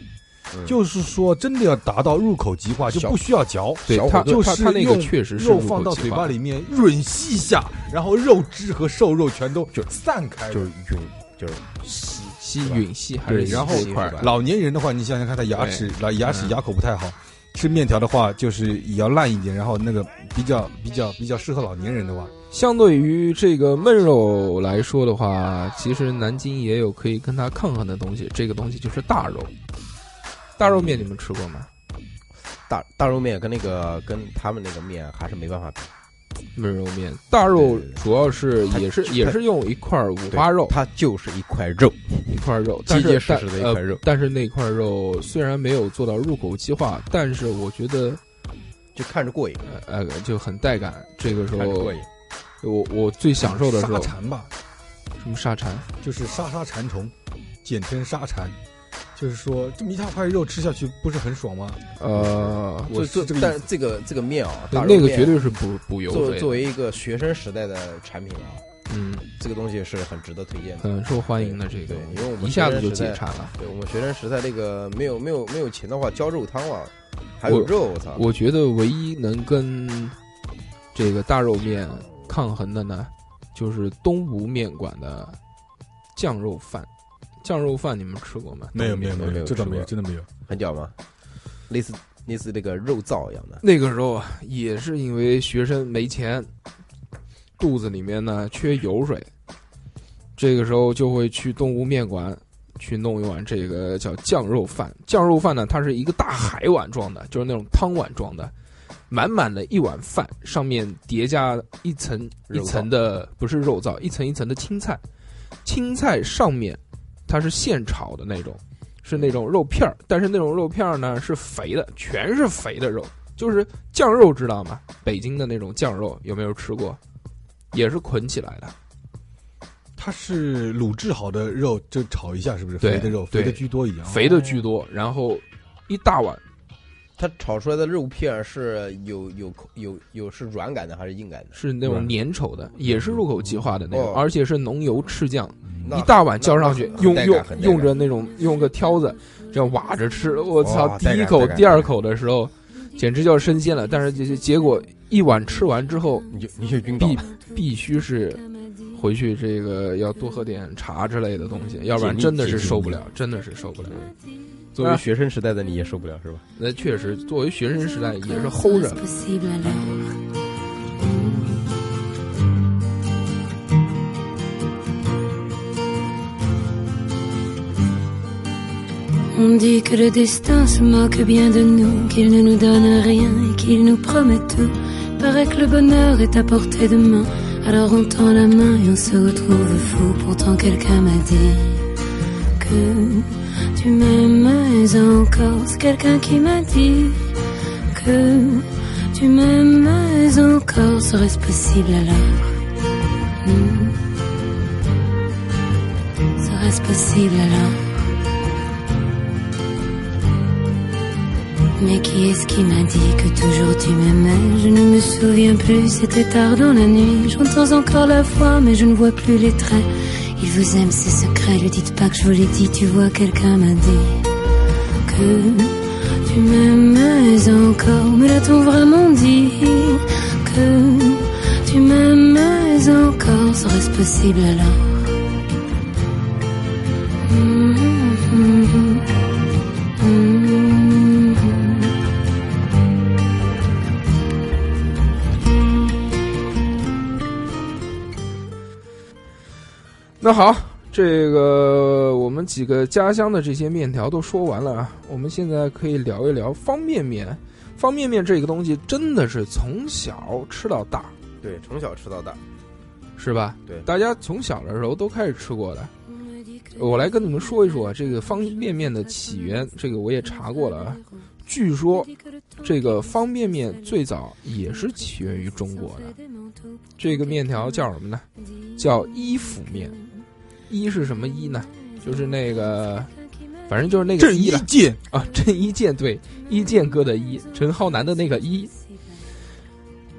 S7: 嗯
S6: 就是说真的要达到入口即化，就
S7: 小
S6: 不需要嚼。
S5: 对
S7: 小
S5: 他
S7: 火
S6: 就
S5: 他
S6: 是
S5: 他那个
S6: 用
S5: 确实是
S6: 肉
S5: 入
S6: 放
S5: 口
S6: 到
S5: 即
S6: 嘴
S5: 化
S6: 巴里面吮吸一下，然后肉汁和瘦肉全都
S7: 就
S6: 散开了。
S7: 就是晕，就是吸
S5: 吸吮吸还
S6: 对
S5: 是吸
S6: 然后
S5: 这一块儿？
S6: 老年人的话，你想想看，他牙齿来牙齿
S5: 嗯
S6: 牙口不太好，吃面条的话就是也要烂一点，然后那个比较比较比较适合老年人的话，
S5: 相对于这个焖肉来说的话，其实南京也有可以跟它抗衡的东西，这个东西就是大肉。大肉面你们吃过吗？
S7: 大大肉面跟那个跟他们那个面还是没办法比，
S5: 焖肉面，大肉
S7: 对对对
S5: 主要是
S7: 它
S5: 也是
S7: 它
S5: 也是用一块五花肉，
S7: 它就是一块肉，
S5: 一块肉，
S7: 结
S5: 哦但是
S7: 实实的一
S5: 但
S7: 块肉
S5: 呃但是那块肉虽然没有做到入口即化，但是我觉得
S7: 就看着过瘾，
S5: 呃呃就很带感。这个时
S7: 看着
S5: 候
S7: 过瘾。
S5: 我我最享受的时
S6: 沙
S5: 候，
S6: 蚕吧，
S5: 什么沙蚕？
S6: 就是沙沙蚕虫，简称沙蚕。就是说，这么一大块肉吃下去不是很爽吗？
S5: 呃，
S6: 我
S7: 这
S6: 是这个意
S7: 但
S6: 思
S7: 这个这个面啊，大肉
S5: 那个
S7: 面
S5: 绝对是补补油
S7: 作
S5: 费的。
S7: 作为一个学生时代的产品啊，
S5: 嗯，
S7: 这个东西是很值得推荐的。
S5: 很受欢迎的这个
S7: 对，因为我们
S5: 一下子
S7: 学
S5: 就
S7: 生时代
S5: 解馋了。
S7: 对我们学生时代那个没有没有没有钱的话，浇肉汤啊，还有
S5: 我
S7: 肉，我操，
S5: 我觉得唯一能跟这个大肉面抗衡的呢，就是东吴面馆的酱肉饭。酱肉饭你们吃过吗？
S6: 没有没有
S7: 没
S6: 没
S7: 有没有
S6: 有，这倒
S7: 吃
S6: 没有，
S7: 过
S6: 真的没有。
S7: 很屌吗？类似类似那个肉燥一样的，
S5: 那个时候啊，也是因为学生没钱，肚子里面呢缺油水，这个时候就会去东吴面馆去弄一碗这个叫酱肉饭。酱肉饭呢，它是一个大海碗装的，就是那种汤碗装的，满满的一碗饭，上面叠加一层一
S7: 肉燥
S5: 层的，不是肉燥，一层一层的青菜，青菜上面它是现炒的那种。是那种肉片儿，但是那种肉片儿呢是肥的，全是肥的肉，就是酱肉知道吗？北京的那种酱肉有没有吃过？也是捆起来的，
S6: 它是卤制好的肉，就炒一下，是不是？啊
S5: 对
S6: 肥的肉，
S5: 对
S6: 肥的居多一点。
S5: 肥的居多，然后一大碗
S7: 它炒出来的肉片是有有口有有是软感的还是硬感的？
S5: 是那种粘稠的，也是入口即化的那种
S7: 哦，
S5: 而且是浓油赤酱，
S7: 那
S5: 一大碗浇上去
S7: 那，
S5: 用
S7: 很带
S5: 用
S7: 感很带感
S5: 用着那种用个挑子这样挖着吃，我操！
S8: 哇
S5: 第
S8: 带
S5: 一
S8: 感
S5: 口
S8: 带、感
S5: 第二口的时候，简直就要升仙了，但是这些结果一碗吃完之后，
S8: 你就你就晕倒
S5: 必
S8: 了，
S5: 必须是回去这个要多喝点茶之类的东西，要不然真的是受不了，真的是受不了。
S7: 作为学生时代的你也受不了是吧？
S5: 那确实，作为学生时代也是齁着。
S9: On dit que le destin se moque bien de nous, qu'il ne nous donne rien et qu'il nous promet tout. Paraît que le bonheur est à portée de main, alors on tend la main et on se retrouve fou. Pourtant quelqu'un m'a dit que tu m'aimes encore. C'est quelqu'un qui m'a dit que tu m'aimes encore. Serait-ce possible alors Hmm. Serait-ce possible alors Mais qui est-ce qui m'a dit que toujours tu m'aimais Je ne me souviens plus, c'était tard dans la nuit. J'entends encore la voix, mais je ne vois plus les traits. Il vous aime, ses secrets, lui dites pas que je vous l'ai dit. Tu vois, quelqu'un m'a dit que tu m'aimais encore. Mais l'a-t-on vraiment dit que tu m'aimais encore Serait-ce possible alors Mhm, mhm. Mm-hmm.
S5: 那好，这个我们几个家乡的这些面条都说完了啊，我们现在可以聊一聊方便面。方便面这个东西真的是从小吃到大，
S7: 对，从小吃到大，
S5: 是吧？
S7: 对
S5: 大家从小的时候都开始吃过的。我来跟你们说一说啊，这个方便面的起源，这个我也查过了啊。据说这个方便面最早也是起源于中国的。这个面条叫什么呢？叫伊府面。伊是什么伊呢？就是那个，反正就是那个伊了
S4: 见
S5: 啊。 郑伊健对，伊健哥的伊，陈浩南的那个伊。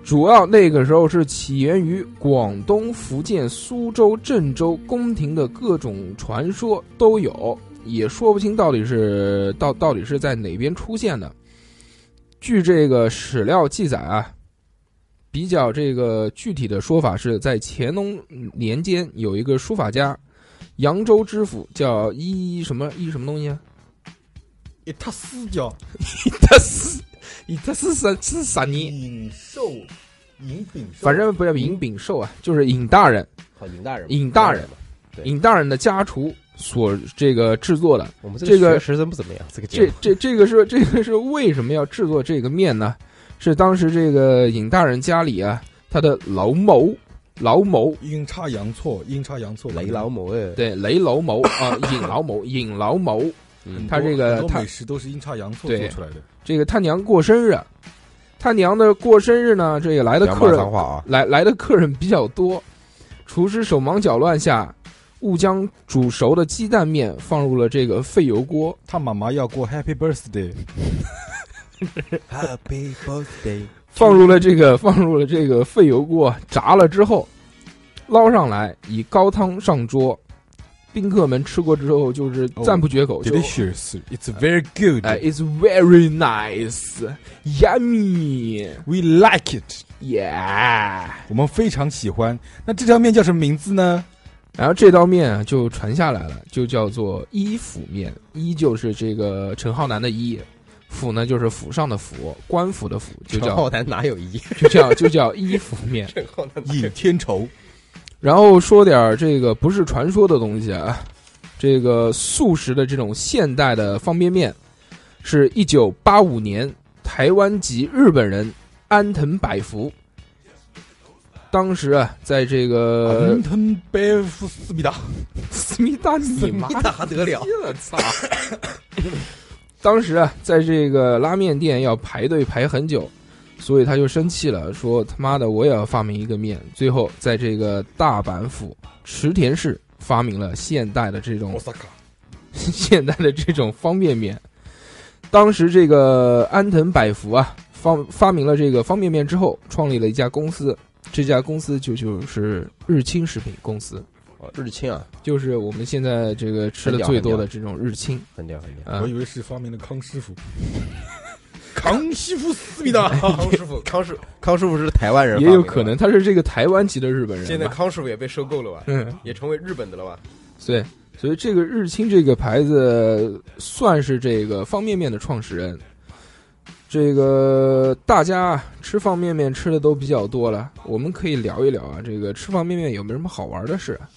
S5: 主要那个时候是起源于广东、福建、苏州、郑州宫廷的各种传说都有，也说不清到底是到到底是在哪边出现的。据这个史料记载啊，比较这个具体的说法是在乾隆年间有一个书法家，扬州知府叫伊什么伊什么东西啊？
S4: 一塌四角，
S5: 伊特斯伊特斯三斯萨尼，
S6: 尹寿，尹炳寿，
S5: 反正不要尹炳寿啊，就是尹大人。
S7: 好，尹大人嘛，
S5: 尹大人
S7: 嘛，对
S5: 尹大人的家厨所这个制作的。
S7: 我们这
S5: 这
S7: 个
S5: 个
S7: 学识真不怎么样，这个节
S5: 这
S7: 目
S5: 这这个是这个是为什么要制作这个面呢？是当时这个尹大人家里啊，他的老谋老谋
S6: 阴差阳错，阴差阳错，
S7: 雷老某哎，
S5: 对雷老谋啊，尹老 谋尹老谋，
S6: 很多，
S5: 他这个
S6: 嗯很多
S5: 他
S6: 美食都是阴差阳错
S5: 对
S6: 做出来的。
S5: 这个他娘过生日，他娘的过生日呢，这个来的
S7: 不要
S5: 客
S7: 骂
S5: 人
S7: 脏话啊，
S5: 来来的客人比较多，厨师手忙脚乱下，误将煮熟的鸡蛋面放入了这个沸油锅，
S6: 他妈妈要过 Happy Birthday，
S7: Happy birthday！
S5: 放入了这个放入了这个沸油锅，炸了之后，捞上来以高汤上桌，宾客们吃过之后就是赞不绝口，就
S6: 哦 delicious. It's very good.
S5: 哎、i t s very nice, yummy,
S6: We like it.
S5: yeah。
S6: 我们非常喜欢。那这条面叫什么名字呢？
S5: 然后这道面啊就传下来了，就叫做伊府面。伊就是这个陈浩南的伊，府呢就是府上的府，官府的府，就
S7: 陈
S5: 叫
S7: 浩南哪有一？
S5: 就叫 就叫伊府面。
S7: 陈浩南哪有
S6: 尹天仇，
S5: 然后说点儿这个不是传说的东西啊，这个素食的这种现代的方便面，是一九八五年台湾籍日本人安藤百福，当时啊，在这个
S6: 安藤百福思密达，
S5: 啊思密达你妈
S7: 那还得了？
S5: 我操！当时啊，在这个拉面店要排队排很久，所以他就生气了，说他妈的我也要发明一个面。最后在这个大阪府池田市 发明了现代的这种现代的这种方便面。当时这个安藤百福啊，发发明了这个方便面之后，创立了一家公司，这家公司就就是日清食品公司，
S7: 日清啊，
S5: 就是我们现在这个吃的最多的这种日清
S7: 很屌很屌。
S5: 啊
S6: 我。以为是发明了康师傅。康师傅思密达，
S8: 康师傅，康师傅，
S7: 康师傅是台湾人，
S5: 也有可能。他是这个台湾籍的日本人吧。
S8: 现在康师傅也被收购了吧？
S5: 嗯，
S8: 也成为日本的了吧？
S5: 对，所以这个日清这个牌子算是这个方便面的创始人。这个大家吃方便面吃的都比较多了，我们可以聊一聊啊，这个吃方便面有没有什么好玩的事？啊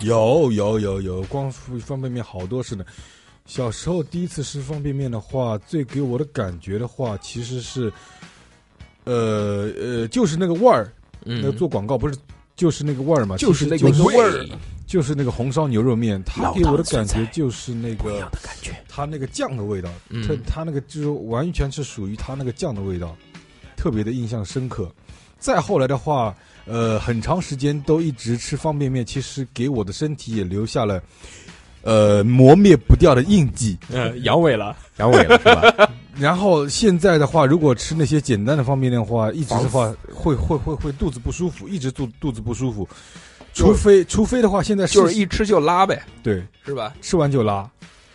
S6: 有有有有，光吃方便面好多事呢。小时候第一次吃方便面的话，最给我的感觉的话，其实是，呃呃，就是那个味儿。那个
S5: 嗯，
S6: 做广告不是就是那个味儿嘛？
S5: 就是
S6: 其
S5: 那
S6: 实
S5: 个味儿，
S6: 就是那个红烧牛肉面，它给我的感觉就是那个
S5: 感觉，
S6: 它那个酱的味道，
S5: 嗯
S6: 它它那个就是完全是属于它那个酱的味道，特别的印象深刻。再后来的话，呃，很长时间都一直吃方便面，其实给我的身体也留下了。呃，磨灭不掉的印记。
S2: 呃，阳痿了，
S7: 阳痿了是 吧？
S6: 然后现在的话，如果吃那些简单的方便面的话，一直的话会会会会肚子不舒服，一直肚肚子不舒服。除非除非的话，现在
S5: 就是一吃就拉呗，
S6: 对
S5: 是吧？
S6: 吃完就拉，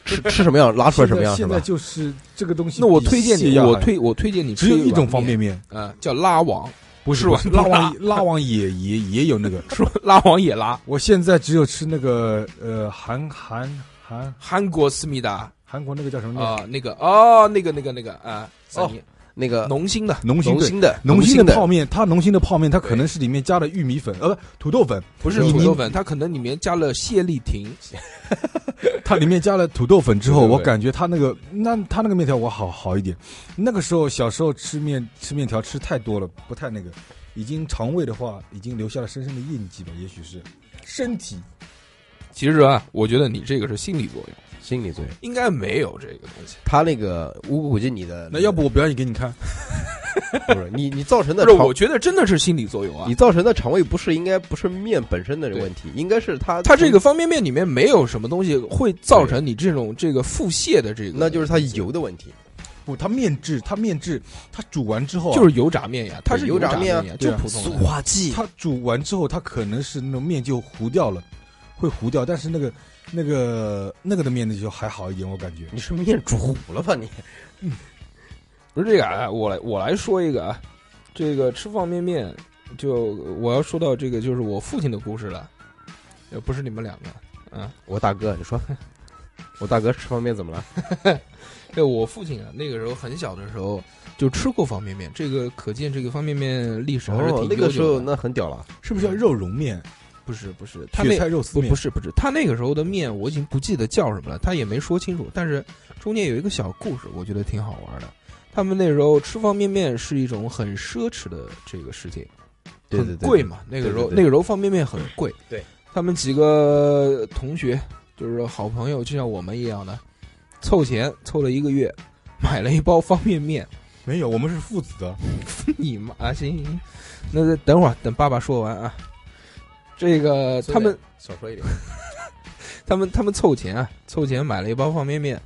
S7: 吃吃什么样，拉出来什么样
S6: 现在现
S7: 是
S6: 在
S7: 吧？
S6: 就是这个东西。
S5: 那我推荐你，我
S6: 推
S5: 推我推荐你吃
S6: 只有一种
S5: 碗
S6: 方便
S5: 面
S6: 面，
S5: 啊，叫拉网，
S6: 不
S5: 吃
S6: 是
S5: 完
S6: 不是
S5: 就
S6: 拉
S5: 拉
S6: 网拉网也也也有那个。
S5: 说拉网也拉，
S6: 我现在只有吃那个呃韩韩韩
S5: 韩国思密达
S6: 韩国那个叫什么面？
S5: 啊，那个哦，那个那个那个啊，
S7: 哦那个
S5: 浓心的
S6: 农心
S7: 浓
S6: 对
S7: 心的
S6: 农心
S7: 心
S6: 的泡面，它农心的泡面，它可能是里面加了玉米粉，呃，不土豆粉，
S5: 不是
S6: 你
S5: 土
S6: 你
S5: 豆粉，它可能里面加了蟹丽婷，
S6: 它里面加了土豆粉之后，
S7: 对对对
S6: 我感觉它那个那它那个面条我好好一点。那个时候小时候吃面吃面条吃太多了，不太那个，已经肠胃的话已经留下了深深的印记吧，也许是身体
S5: 其实啊，我觉得你这个是心理作用，
S7: 心理罪。
S5: 应该没有这个东西。
S7: 他那个乌骨鸡，你的
S6: 那要不我表演给你看？
S7: 不是你你造成
S5: 不
S7: 的
S5: 是，
S7: 肠
S5: 我觉得真的是心理作用啊
S7: 你。造成的肠胃不是应该不是面本身的问题，应该是它
S5: 它这个方便面里面没有什么东西会造成你这种这个腹泻的这个，
S7: 那就是它油的问题。
S6: 不，它面质，它面质，它煮完之后啊、
S5: 就是油炸面呀，它是
S7: 油炸
S5: 炸
S7: 面啊
S5: 呀，就
S6: 对啊
S5: 普通的
S7: 化剂
S6: 它煮完之后，它可能是那种面就糊掉了，会糊掉，但是那个那个那个的面呢就还好一点，我感觉。
S7: 你是面煮糊了吧你？
S5: 不是这个啊，我来我来说一个啊，这个吃方便面，就我要说到这个就是我父亲的故事了，呃，不是你们两个，啊，
S7: 我大哥，你说我大哥吃方便怎么了？
S5: 对我父亲啊，那个时候很小的时候就吃过方便面，这个可见这个方便面历史还是挺悠久的。
S7: 哦那个时候那很屌了，
S6: 是不是叫肉蓉面、
S5: 不是不是，他
S6: 雪
S5: 那
S6: 菜肉丝
S5: 不
S6: 面？
S5: 不是不是，他那个时候的面我已经不记得叫什么了，他也没说清楚。但是中间有一个小故事，我觉得挺好玩的。他们那时候吃方便面是一种很奢侈的这个事情，
S7: 对对
S5: 很
S7: 对，
S5: 贵嘛。那个时候
S7: 对对对
S5: 那个时候方便面很贵。
S8: 对，
S5: 他们几个同学就是好朋友，就像我们一样的，凑钱凑了一个月，买了一包方便面。
S6: 没有，我们是父子的。
S5: 你妈啊！行行行，那等会儿等爸爸说完啊。这个他们
S7: 少说一点，
S5: 他们他们凑钱啊，凑钱买了一包方便面，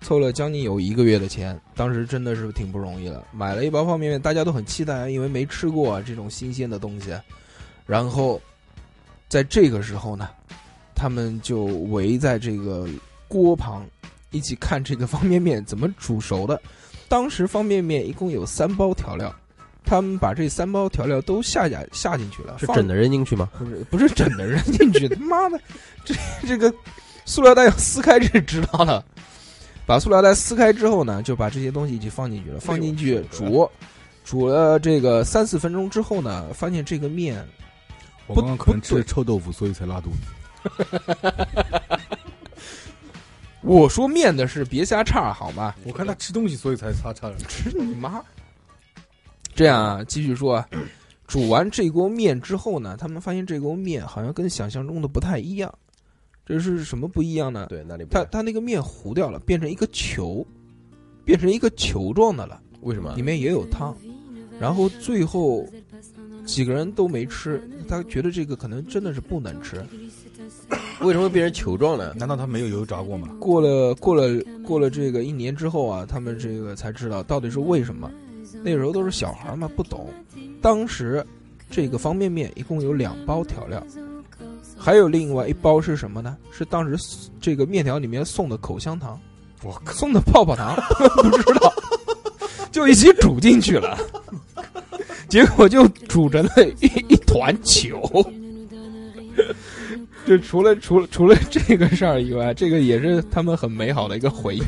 S5: 凑了将近有一个月的钱，当时真的是挺不容易了。买了一包方便面，大家都很期待啊，因为没吃过啊这种新鲜的东西。啊然后在这个时候呢，他们就围在这个锅旁，一起看这个方便面怎么煮熟的。当时方便面一共有三包调料，他们把这三包调料都下下下进去了，
S7: 是
S5: 放
S7: 整的扔进去吗？
S5: 不是不是整的人进去，他妈的， 这这个塑料袋要撕开，这是知道的。把塑料袋撕开之后呢，就把这些东西一起放进去了，放进去煮，煮了这个三四分钟之后呢，发现这个面
S6: 我
S5: 不
S6: 刚刚可能
S5: 不
S6: 吃了
S5: 对
S6: 臭豆腐，所以才拉肚子。
S5: 我说面的是别瞎岔好吗？
S6: 我看他吃东西，所以才擦擦了。
S5: 吃你妈！这样啊，继续说啊，煮完这锅面之后呢，他们发现这锅面好像跟想象中的不太一样，这是什么不一样呢？
S7: 对，那里不
S5: 它它那个面糊掉了，变成一个球，变成一个球状的了，
S7: 为什么
S5: 里？面也有汤。然后最后几个人都没吃，他觉得这个可能真的是不能吃，
S7: 为什么会变成球状 呢？
S6: 难道他没有油炸过吗？
S5: 过了过了过了这个一年之后啊，他们这个才知道到底是为什么。那时候都是小孩儿嘛，不懂。当时这个方便面一共有两包调料，还有另外一包是什么呢？是当时这个面条里面送的口香糖，
S6: 我
S5: 送的泡泡糖， 不知道，就一起煮进去了， 结果就煮成了一一团球。 就除了除了除了这个事儿以外，这个也是他们很美好的一个回忆。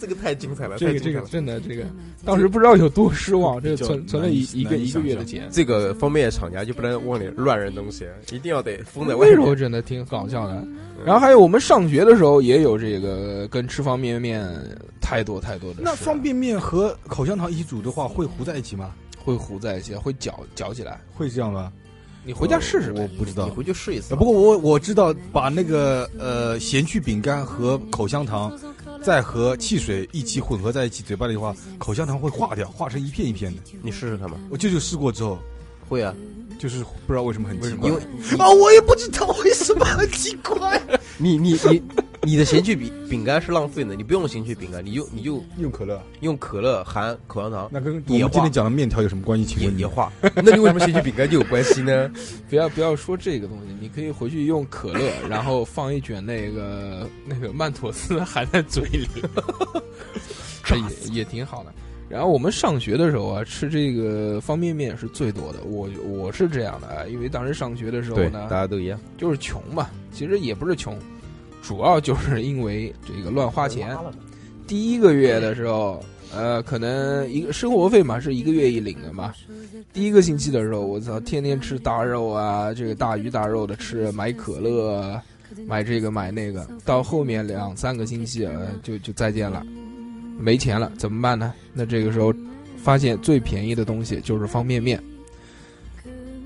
S8: 这个太精
S6: 呃
S8: 彩了，
S5: 这
S8: 太
S5: 个
S8: 精
S5: 这
S8: 彩
S5: 个
S8: 了
S5: 真的这个，当时不知道有多失 望，这个
S6: 比较
S5: 存存了
S6: 难以
S5: 一一个
S6: 难以
S5: 一个月的
S6: 想
S5: 钱。
S7: 这个方便面厂家就不能往里乱扔东西，一定要得封在外
S5: 那时候
S7: 面。
S5: 真的挺搞笑的。
S6: 嗯
S5: 然后还有我们上学的时候也有这个跟吃方便面太多太多的事了，
S6: 那方便面和口香糖一起煮的话，会糊在一起吗？
S5: 会糊在一起，会搅搅起来。
S6: 会这样吗？
S5: 你回家试试呗
S6: 呃我。不知道
S7: 你。回去试一次
S6: 呃。不过我我知道，把那个呃咸曲饼干和口香糖，再和汽水一起混合在一起，嘴巴里的话，口香糖会化掉，化成一片一片的。
S7: 你试试看吧。
S6: 我舅舅试过之后，
S7: 会啊，
S6: 就是不知道为什么很奇怪
S7: 因为
S6: 啊，我也不知道为什么很奇怪。
S7: 你你你你的咸曲饼饼干是浪费的，你不用咸曲饼啊干，你就你就
S6: 用可乐，啊
S7: 用可乐含口香糖，
S6: 那跟我们
S7: 也
S6: 今
S7: 化
S6: 天讲的面条有什么关系？请
S7: 也
S6: 问你
S7: 也化。那你为什么咸曲饼干就有关 系呢？
S5: 不要不要说这个东西，你可以回去用可乐，然后放一卷那个那个曼妥思含在嘴里，这也也挺好的。然后我们上学的时候啊，吃这个方便面是最多的。我我是这样的啊，因为当时上学的时候
S7: 对，
S5: 呢
S7: 大，家都一样。
S5: 就是穷嘛，其实也不是穷，主要就是因为这个乱花钱。第一个月的时候，呃，可能一个生活费嘛是一个月一领的嘛。第一个星期的时候，我操，天天吃大肉啊，这个大鱼大肉的吃，买可乐啊，买这个买那个。到后面两三个星期啊，就就再见了，没钱了，怎么办呢？那这个时候，发现最便宜的东西就是方便面。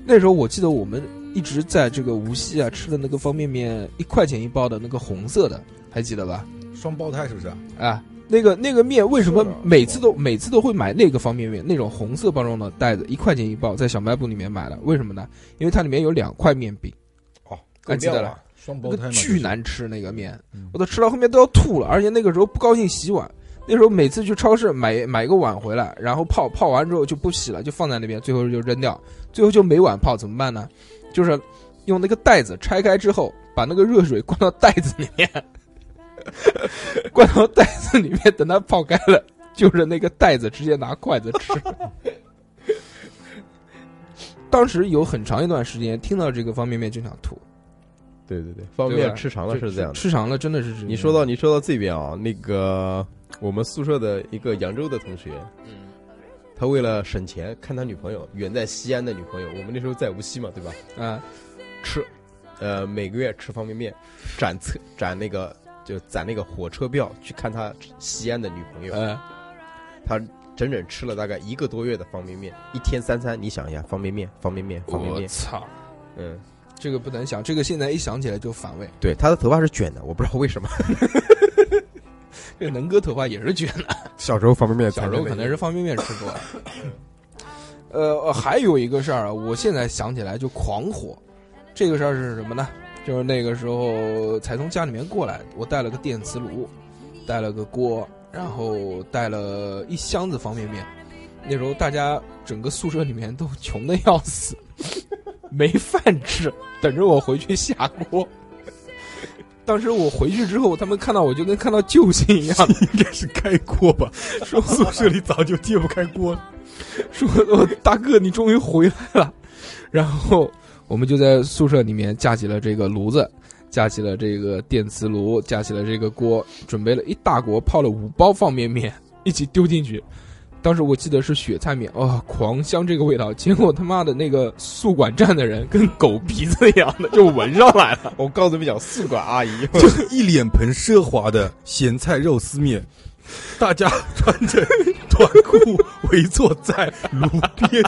S5: 那时候我记得我们一直在这个无锡啊吃的那个方便面，一块钱一包的那个红色的，还记得吧？
S6: 双胞胎是不是啊？
S5: 啊，那个那个面为什么每次都每次都会买那个方便面？那种红色包装的袋子，一块钱一包，在小卖部里面买的，为什么呢？因为它里面有两块面饼，
S6: 哦，
S5: 还记得了，
S6: 双
S5: 那
S6: 胞胎
S5: 个
S6: 嘛
S5: 巨难吃那个面
S6: 嗯，
S5: 我都吃到后面都要吐了，而且那个时候不高兴洗碗。那时候每次去超市买买个碗回来，然后泡泡完之后就不洗了，就放在那边，最后就扔掉，最后就没碗泡怎么办呢？就是用那个袋子拆开之后，把那个热水灌到袋子里面， 灌到袋子里面，等它泡开了，就是那个袋子直接拿筷子 吃。当时有很长一段时间听到这个方便面就想吐，
S7: 对对对，方便面吃长了是这样的。
S5: 吃长了真的是这样。
S7: 你说到你说到这边啊，那个我们宿舍的一个扬州的同学，
S5: 嗯
S7: 他为了省钱看他女朋友远在西安的女朋友，我们那时候在无锡嘛，对吧？
S5: 啊，
S7: 吃，呃，每个月吃方便面，攒车攒那个就攒那个火车票去看他西安的女朋友，
S5: 呃，
S7: 他整整吃了大概一个多月的方便面，一天三餐，你想一下，方便面，方便面，方便
S5: 我
S7: 面，
S5: 操，
S7: 嗯，
S5: 这个不能想，这个现在一想起来就反胃。
S7: 对，他的头发是卷的，我不知道为什么，
S5: 这能哥头发也是卷的，
S7: 小时候方便面，
S5: 小时候可能是方便面吃多了。 呃，还有一个事儿啊，我现在想起来就狂火。这个事儿是什么呢？就是那个时候才从家里面过来，我带了个电磁炉，带了个锅，然后带了一箱子方便面。那时候大家整个宿舍里面都穷的要死， 没饭吃，等着我回去下锅。当时我回去之后，他们看到我就跟看到救星 一样，
S6: 应该是开锅吧？说宿舍里早就揭不开锅了。
S5: 说：“哦，大哥，你终于回来了。”然后我们就在宿舍里面架起了这个炉子，架起了这个电磁炉，架起了这个锅，准备了一大锅，泡了五包方便面，一起丢进去。当时我记得是雪菜面，哦，狂香这个味道。结果他妈的那个宿管站的人跟狗鼻子一样的就闻上来了，
S7: 我告诉你们讲，宿管阿姨，
S6: 就是一脸盆奢华的咸菜肉丝面，大家穿着短裤围坐在炉边，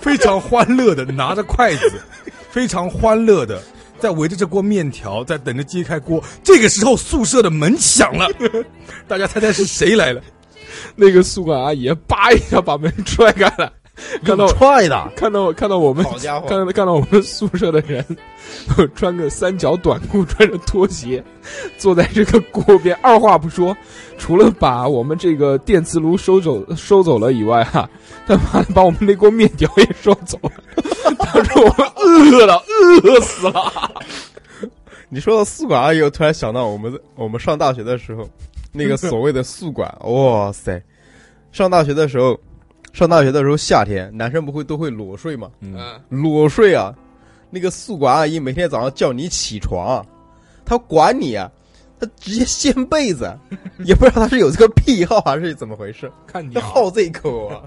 S6: 非常欢乐的拿着筷子，非常欢乐的 在围着这锅面条，在等着揭开锅。这个时候宿舍的门响了， 大家猜猜是谁来了？
S5: 那个宿管阿姨叭一下把门踹开了，看到
S8: 踹的，
S5: 看到看到我们
S7: 好家伙
S5: 看到看到我们宿舍的人穿个三角短裤，穿着拖鞋，坐在这个锅边，二话不说，除了把我们这个电磁炉收走收走了以外、哈，他妈的把我们那锅面条也收走了。当时我们饿了，饿死了。
S8: 你说到宿管阿姨，我突然想到我们我们上大学的时候， 那个所谓的宿管，哇塞！上大学的时候，上大学的时候夏天，男生不会都会裸睡嘛？
S5: 嗯，
S8: 裸睡啊！那个宿管阿姨每天早上叫你起床，啊她管你啊，她直接掀被 子，啊也不知道她是有这个癖好还是怎么回事，
S5: 看你
S8: 她
S5: 啊，
S8: 好这一口啊！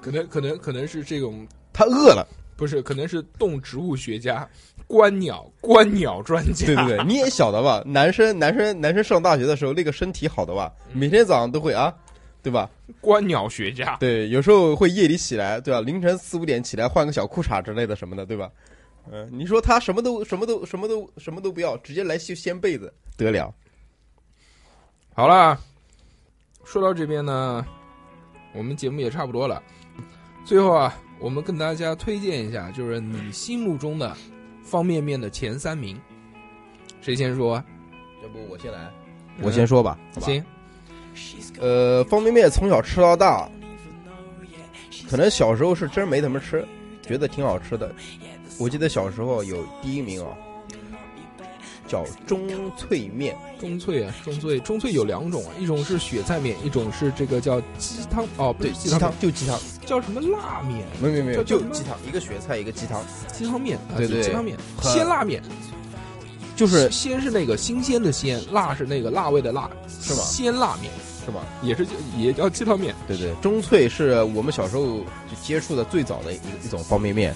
S5: 可能可能可能是这种
S8: 她饿了，
S5: 不是，可能是动植物学家、观鸟、观鸟专 家。
S8: 对对对， 你也晓得吧？男生男生男生上大学的时候，那个身体好的吧，每天早上都会啊，对吧？
S5: 观鸟学家，
S8: 对，有时候会夜里起来，对吧？凌晨四五点起来换个小裤衩之类的什么的，对吧？嗯、你说他什么都什么都什么都什么都不要，直接来就掀被子得了。
S5: 好啦，说到这边呢，我们节目也差不多了。最后啊，我们跟大家推荐一下，就是你心目中的方便面的前三名，谁先说啊？
S7: 要不我先来，
S8: 我先说吧，好吧
S5: 行，
S8: 呃，方便面从小吃到大，
S7: 可能小时候是真没怎么吃，觉得挺好吃的。我记得小时候有第一
S8: 哦
S7: 名啊、叫中脆面，
S5: 中脆啊，中脆，中脆有两种啊，一种是雪菜面，一种是这个叫鸡汤哦，不
S7: 对，
S5: 是
S7: 鸡
S5: 汤
S7: 汤就鸡汤，
S5: 面，叫什么辣面？
S7: 没有没有没有，
S5: 就
S7: 就鸡汤，一个雪菜一个鸡汤，
S5: 鸡汤面啊，
S7: 对对
S5: 鸡汤面，
S7: 很
S5: 鲜辣面。
S7: 就是
S5: 鲜是那个新鲜的鲜，辣是那个辣味的辣，
S7: 是吗
S5: 鲜辣面
S7: 是吧？
S5: 也是也叫鸡汤面，
S7: 对对，中脆是我们小时候就接触的最早的一一种方便面。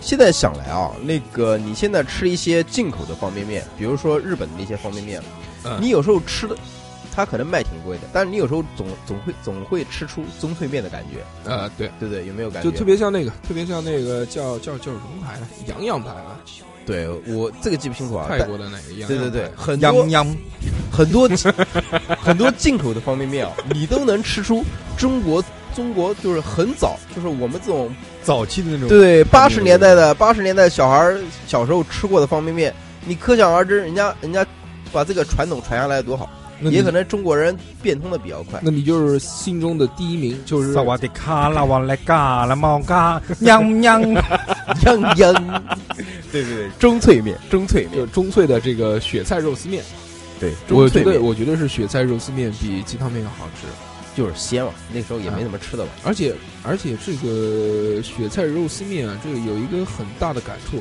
S7: 现在想来啊，那个你现在吃一些进口的方便面，比如说日本的那些方便面，
S5: 嗯
S7: 你有时候吃的，它可能卖挺贵的，但是你有时候总总会总会吃出中脆面的感觉，
S5: 呃，对，
S7: 对不对？有没有感觉？
S5: 就特别像那个，特别像那个叫叫叫什么牌来，洋洋牌啊，
S7: 对我这个记不清楚啊，
S5: 泰
S7: 但
S5: 国的那个洋洋，啊
S7: 对对对，，很多
S4: 羊羊
S7: 很多很多进口的方便面啊，你都能吃出中国中国就是很早，就是我们这种
S6: 早期的那种，
S7: 对八
S5: 嗯
S7: 十年代的八十年代小孩儿小时候吃过的方便面，你可想而知，人家人家把这个传统传下来多好，
S5: 那你
S7: 也可能中国人变通的比较快。
S5: 那你就是心中的第一名，就是
S4: 萨瓦迪卡拉瓦莱嘎拉毛嘎羊羊，
S7: 央 央，对对对，中脆面，中脆
S5: 就
S7: 面，
S5: 中脆的这个雪菜肉丝面，
S7: 对，
S5: 我觉
S7: 中脆
S5: 得
S7: 面
S5: 我觉得是雪菜肉丝面比鸡汤面要好吃，
S7: 就是鲜嘛，那时候也没怎么吃的吧。
S5: 而且而且这个雪菜肉丝面啊，这个有一个很大的感触，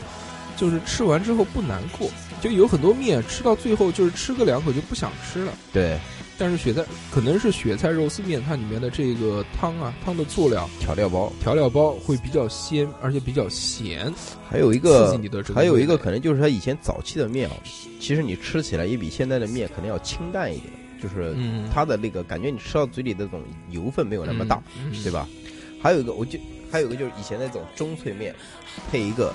S5: 就是吃完之后不难过。就有很多面吃到最后，就是吃个两口就不想吃了。
S7: 对，
S5: 但是雪菜可能是雪菜肉丝面，它里面的这个汤啊，汤的佐料、
S7: 调料包，
S5: 调料包会比较鲜，而且比较咸，
S7: 还有一
S5: 刺
S7: 个
S5: 激你的这个味蕾。
S7: 还有一个可能就是他以前早期的面啊，其实你吃起来也比现在的面可能要清淡一点，就是
S5: 嗯，
S7: 它的那个感觉，你吃到嘴里的那种油分没有那么大。
S5: 嗯，嗯
S7: 对吧？还有一个，我就还有一个就是以前那种中脆面，配一个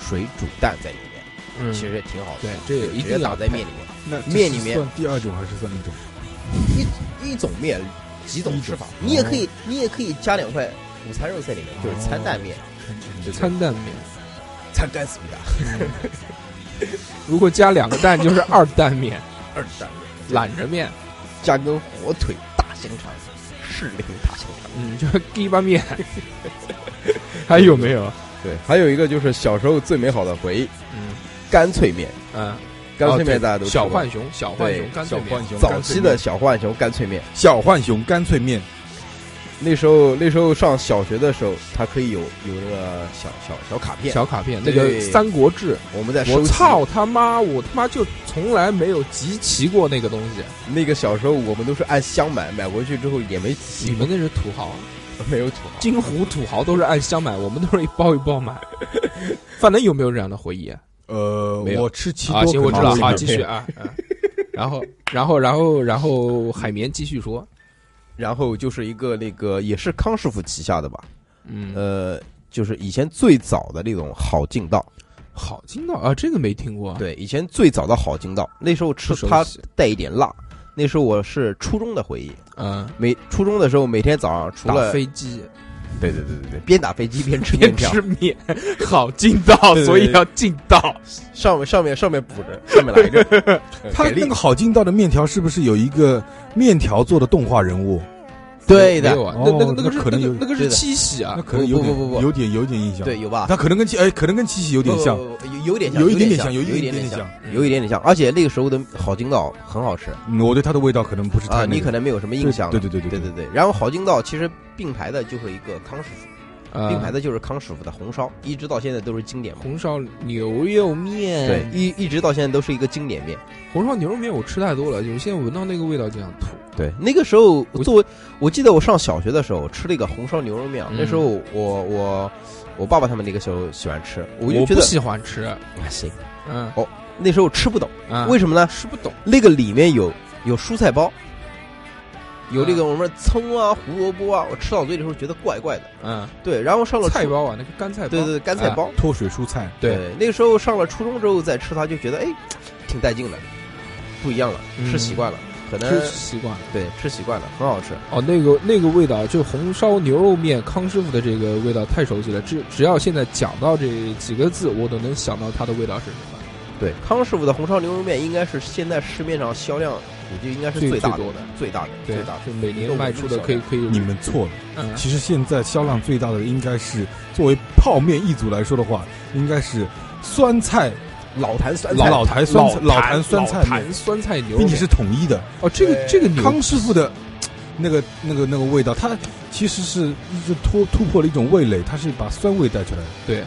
S7: 水煮蛋在里面，
S5: 嗯，
S7: 其实也挺好的。
S5: 对，这也一
S7: 直接
S5: 定
S7: 打
S5: 要
S7: 在
S5: 配
S7: 面里面，
S6: 那
S7: 面里面
S6: 这是算第二种还是算一种？
S7: 一种面几种
S6: 一
S7: 吃
S6: 种
S7: 法，
S8: 哦
S7: 你也可以你也可以加两块午餐肉在里面，就是餐蛋面，
S8: 哦
S7: 对不对
S5: 餐蛋面。
S7: 餐干死你的
S5: 如果加两个蛋，就是二蛋 面、
S7: 二蛋面，
S5: 懒人面，
S7: 加根火腿大香肠，适龄大香肠。
S5: 嗯，就是鸡巴面。 还有没有？
S8: 对，还有一个就是小时候最美好的回忆，
S5: 嗯
S8: 干脆面，
S5: 嗯，
S8: 干脆
S5: 哦对
S8: 面大家都吃
S5: 小
S8: 过
S5: 浣熊，小浣
S8: 对
S5: 熊干脆
S6: 小
S5: 面
S6: 浣，熊
S8: 早期的小浣熊干脆面。
S6: 小浣熊干脆面，
S8: 那时候那时候上小学的时候，它可以有有那个小小小卡片，
S5: 小卡片那
S8: 对
S5: 个《三国志》，
S8: 我们在收
S5: 我
S8: 集
S5: 操他妈！我他妈就从来没有集齐过那个东西。
S8: 那个小时候我们都是按箱买，买回去之后也没
S5: 你
S8: 洗，
S5: 们那是土豪，啊
S8: 没有土
S5: 金湖土豪都是按箱买，我们都是一包一包 买。范能有没有这样的回忆啊？
S6: 呃
S5: 没，有
S6: 我吃奇
S5: 啊
S6: 多，
S5: 行，我知道，
S6: 可能
S5: 好，
S6: 会
S5: 继续啊。嗯然后，然后，然后，然后，海绵继续说，
S8: 然后就是一个那个也是康师傅旗下的吧，
S5: 嗯，
S8: 呃，就是以前最早的那种好劲道，
S5: 好劲道啊，这个没听过，，
S8: 对，以前最早的好劲道，那时候吃
S5: 不熟
S8: 它
S5: 悉
S8: 带一点辣，那时候我是初中的回忆，
S5: 嗯，
S8: 每初中的时候每天早上除
S5: 打
S8: 了
S5: 飞机，
S7: 对对对对对，边打飞机边吃面
S5: 边
S7: 条，
S5: 吃面， 好劲道，
S8: 对对对
S5: 所以要劲道。
S8: 上上面上面补着，上面来着，
S6: 他那个好劲道的面条是不是有一个面条做的动画人物？
S7: 对
S5: 没
S7: 的
S5: 有，啊，
S6: 哦
S5: 那那个那
S6: 那
S5: 个是
S6: 可能
S5: 那
S6: 有
S5: 个那个
S7: 对
S5: 是
S7: 的
S5: 七喜啊
S6: 那，可能有
S7: 不
S6: 点
S7: 不不不
S6: 有点有点印象。
S7: 对，有吧？
S6: 他可能跟七哎，可能跟七喜有点像
S7: 不，不不有有点像，
S6: 有一
S7: 一
S6: 点点
S7: 像，
S6: 像有一
S7: 一
S6: 点点
S7: 点
S6: 像，
S7: 有一点点像。而且那个时候的好劲道很好吃
S6: 嗯我对它的味道可能不是太
S7: 啊，
S6: 那
S7: 你
S6: 个
S7: 可能没有什么印象了。
S6: 对对对对
S7: 对
S6: 对
S7: 对对。然后好劲道其实并排的就是一个康师傅，
S6: 嗯
S5: 啊
S7: 并排的就是康师傅的红烧，一直到现在都是经典嘛。
S5: 红烧牛肉面，
S7: 对，，一一直到现在都是一个经典面。
S5: 红烧牛肉面我吃太多了，就是现在闻到那个味道就想吐。
S7: 对，那个时候作为我记得我上小学的时候吃了一个红烧牛肉面啊，
S5: 嗯
S7: 那时候我我我爸爸他们那个时候喜欢吃，我就
S5: 我不
S7: 觉得
S5: 喜欢吃，
S7: 啊行，
S5: 嗯
S7: 那时候吃不懂，
S5: 啊，
S7: 为什么呢？
S5: 吃不懂？
S7: 那个里面有有蔬菜包，有这个我们葱啊、胡萝卜啊，我吃到嘴里的时候觉得怪怪的。
S5: 嗯，
S7: 对，然后上了初
S5: 菜，包啊，那个干菜包，
S7: 对对对，干菜包。
S6: 脱水蔬菜。
S5: 对
S7: 那个时候上了初中之后再吃它，就觉得哎，挺带劲的，不一样了，
S5: 嗯
S7: 吃习惯了，可能
S5: 吃习惯了。
S7: 对吃习惯了，很好吃。
S5: 哦，那个那个味道，就红烧牛肉面，康师傅的这个味道太熟悉了。只只要现在讲到这几个字，我都能想到它的味道是什么，
S7: 对，康师傅的红烧牛肉面应该是现在市面上销量估计应该是
S5: 最最
S7: 大的
S5: 多的，
S7: 最大的，最
S5: 对
S7: 大的，。
S5: 就每年卖出的可以可以。
S6: 你们错了，
S7: 啊
S5: 嗯
S6: 其实现在销量最大的应该是作为泡面一族来说的话，应该是酸菜
S7: 老坛酸
S6: 老老坛酸菜老坛酸菜
S5: 老
S6: 面，
S5: 坛酸菜牛肉
S6: 并
S5: 面，
S6: 且是统一的。
S5: 哦，这个这个牛
S6: 康师傅的那个那个那个味道，它其实是就突突破了一种味蕾，它是把酸味带出来的。
S5: 对，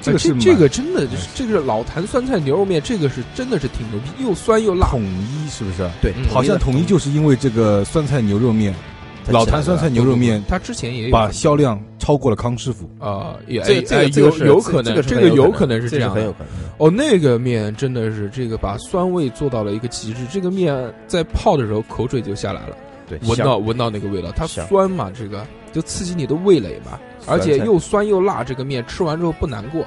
S6: 这个是
S5: 哎这
S6: 蛮
S5: 这个真的就是这个老坛酸菜牛肉面，这个是真的是挺牛逼，又酸又辣。
S6: 统一是不是？
S7: 对
S5: 嗯，
S6: 好像统一就是因为这个酸菜牛肉面，
S7: 它
S6: 老
S7: 起来
S6: 坛酸
S7: 了
S6: 菜牛肉面
S5: 它之前也有
S6: 把销量超过了康师傅。
S5: 啊，也
S7: 这
S5: 哎
S7: 这个这个
S5: 有
S7: 是
S5: 有可能，
S7: 这
S5: 这
S7: 个
S5: 个
S7: 是很有
S5: 可能是
S7: 这
S5: 这样
S7: 很
S5: 的
S7: 有。可能。
S5: 哦，那个面真的是这个把酸味做到了一个极致，这个面在泡的时候口水就下来了，
S7: 对，
S5: 闻
S7: 香
S5: 到闻到那个味道，它
S7: 香
S5: 酸嘛，这个就刺激你的味蕾嘛，而且
S7: 酸菜
S5: 又酸又辣，这个面吃完之后不难过，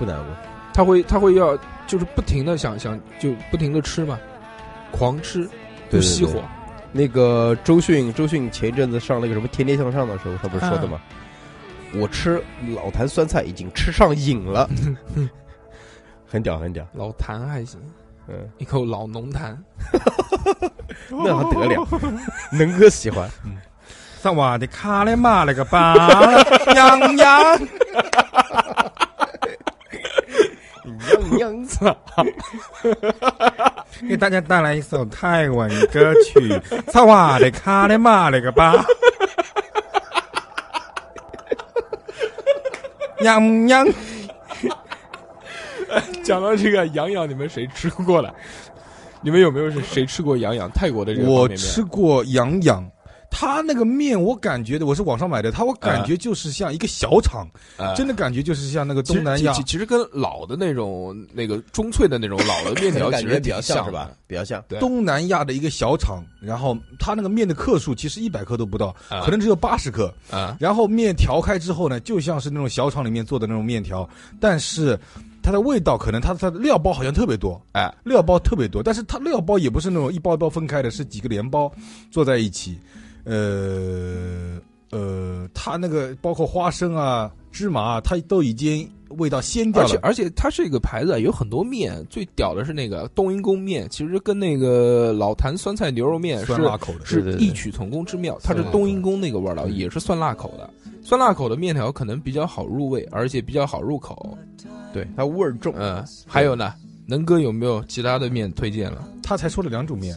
S7: 不难闻。
S5: 它会它会要就是不停的想想就不停的吃嘛，狂吃不
S7: 对对
S5: 熄
S7: 对
S5: 火，
S7: 那个周迅，周迅前一阵子上那个什么《天天向上》的时候，他不是说
S5: 嗯
S7: 的吗？我吃老坛酸菜已经吃上瘾 了，很屌很屌，
S5: 老痰还行，
S7: 嗯，
S5: 一口老浓痰。哦
S7: 那还得了？能哥 喜欢，
S4: 萨瓦迪卡嘞嘛了个 巴啦，羊羊。
S7: 样样子
S4: 给大家带来一首泰文歌曲《萨瓦迪卡嘞嘛嘞个巴》。羊羊，
S5: 讲到这个羊羊，你们谁吃 过了？你们有没有是谁吃过羊羊？泰国的这个方
S6: 我
S5: 便面
S6: 吃过羊羊，它那个面我感觉的，我是网上买的，它我感觉就是像一个小厂，
S5: 啊
S6: 真的感觉就是像那个
S5: 其实
S6: 东南亚
S5: 其其其实跟老的那种那个中脆的那种老的面条
S7: 感
S5: 其
S7: 觉
S5: 实
S7: 比较
S5: 挺
S7: 像
S5: 像
S7: 是
S5: 的
S7: 吧？？比较像，
S5: 对
S6: 东南亚的一个小厂，然后它那个面的克数其实一百克都不到，
S5: 啊
S6: 可能只有八十克，
S5: 啊，
S6: 然后面调开之后呢，就像是那种小厂里面做的那种面条，但是它的味道可能它它的料包好像特别多，
S5: 哎，
S6: 料包特别多，但是它料包也不是那种一包一包分开的，是几个连包做在一起，呃呃，它那个包括花生啊、芝麻啊，它都已经味道鲜掉
S5: 而且
S6: 了。
S5: 而且它这个牌子啊有很多面，最屌的是那个冬阴功面，其实跟那个老坛酸菜牛肉面是
S6: 酸辣口的，
S5: 是
S7: 对对对
S5: 异曲同工之妙，它是
S6: 酸辣口
S5: 冬阴功那个味儿道，也是酸辣口的。酸辣口的面条可能比较好入味，而且比较好入口。
S7: 对，它味儿重。
S5: 嗯，还有呢，能哥有没有其他的面推荐了？
S6: 他才说了两种面，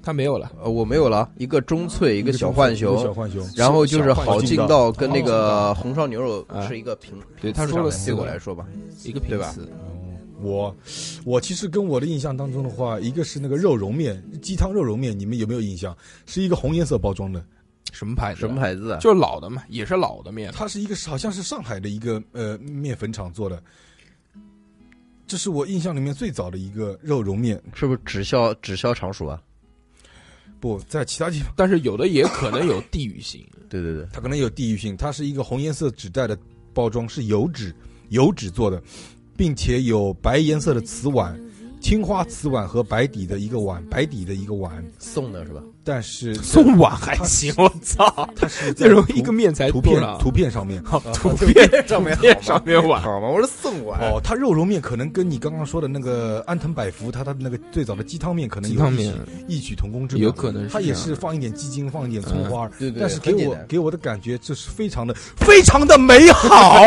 S5: 他没有了。
S7: 呃，我没有了，一个
S5: 啊
S7: 中脆，一
S6: 一
S7: 个小浣
S6: 一个小
S7: 熊，
S6: 浣熊，
S7: 然后就是
S5: 小浣熊
S7: 好劲道跟那
S5: 哦
S7: 个红烧牛肉是一个平。
S5: 对他说了四
S7: 对
S5: 个
S7: 我来说吧，
S5: 一个
S7: 对
S5: 品
S7: 吧
S5: 词，
S6: 嗯我，我其实跟我的印象当中的话，一个是那个肉蓉面，鸡汤肉蓉面，你们有没有印象？是一个红颜色包装的，
S5: 什么牌子？
S7: 什么？牌子啊？
S5: 就是老的嘛，也是老的面嘛。
S6: 它是一个好像是上海的一个呃面粉厂做的，这是我印象里面最早的一个肉蓉面。
S7: 是不是只销只销常熟啊？
S6: 不在其他地方，
S5: 但是有的也可能有地域 性。
S7: 对对对，
S6: 它可能有地域性，它是一个红颜色纸袋的包装，是油纸油纸做的，并且有白颜色的瓷碗，青花瓷碗和白底的一个碗，白底的一个碗，
S7: 送的是吧？
S6: 但是
S5: 送碗还行，我操，
S6: 它是在
S5: 这容
S6: 图
S5: 易一个面才
S6: 图
S5: 多
S6: 片
S5: 少
S6: 图片上面。
S5: 好 图片
S7: 上面
S5: 面上面碗，
S8: 好吗？我是送碗，
S6: 哦，它肉揉面可能跟你刚刚说的那个安藤百福，它它的那个最早的鸡汤面可能有
S5: 鸡汤
S6: 异曲
S5: 面
S6: 异曲同工之妙，
S5: 有可能是
S6: 它也
S5: 这样嗯
S6: 是放一点鸡精，放一点葱花儿，
S7: 对对
S6: 但是
S7: 很
S6: 给
S7: 简
S6: 我
S7: 单
S6: 给我的感觉就是非常的非常的 美好，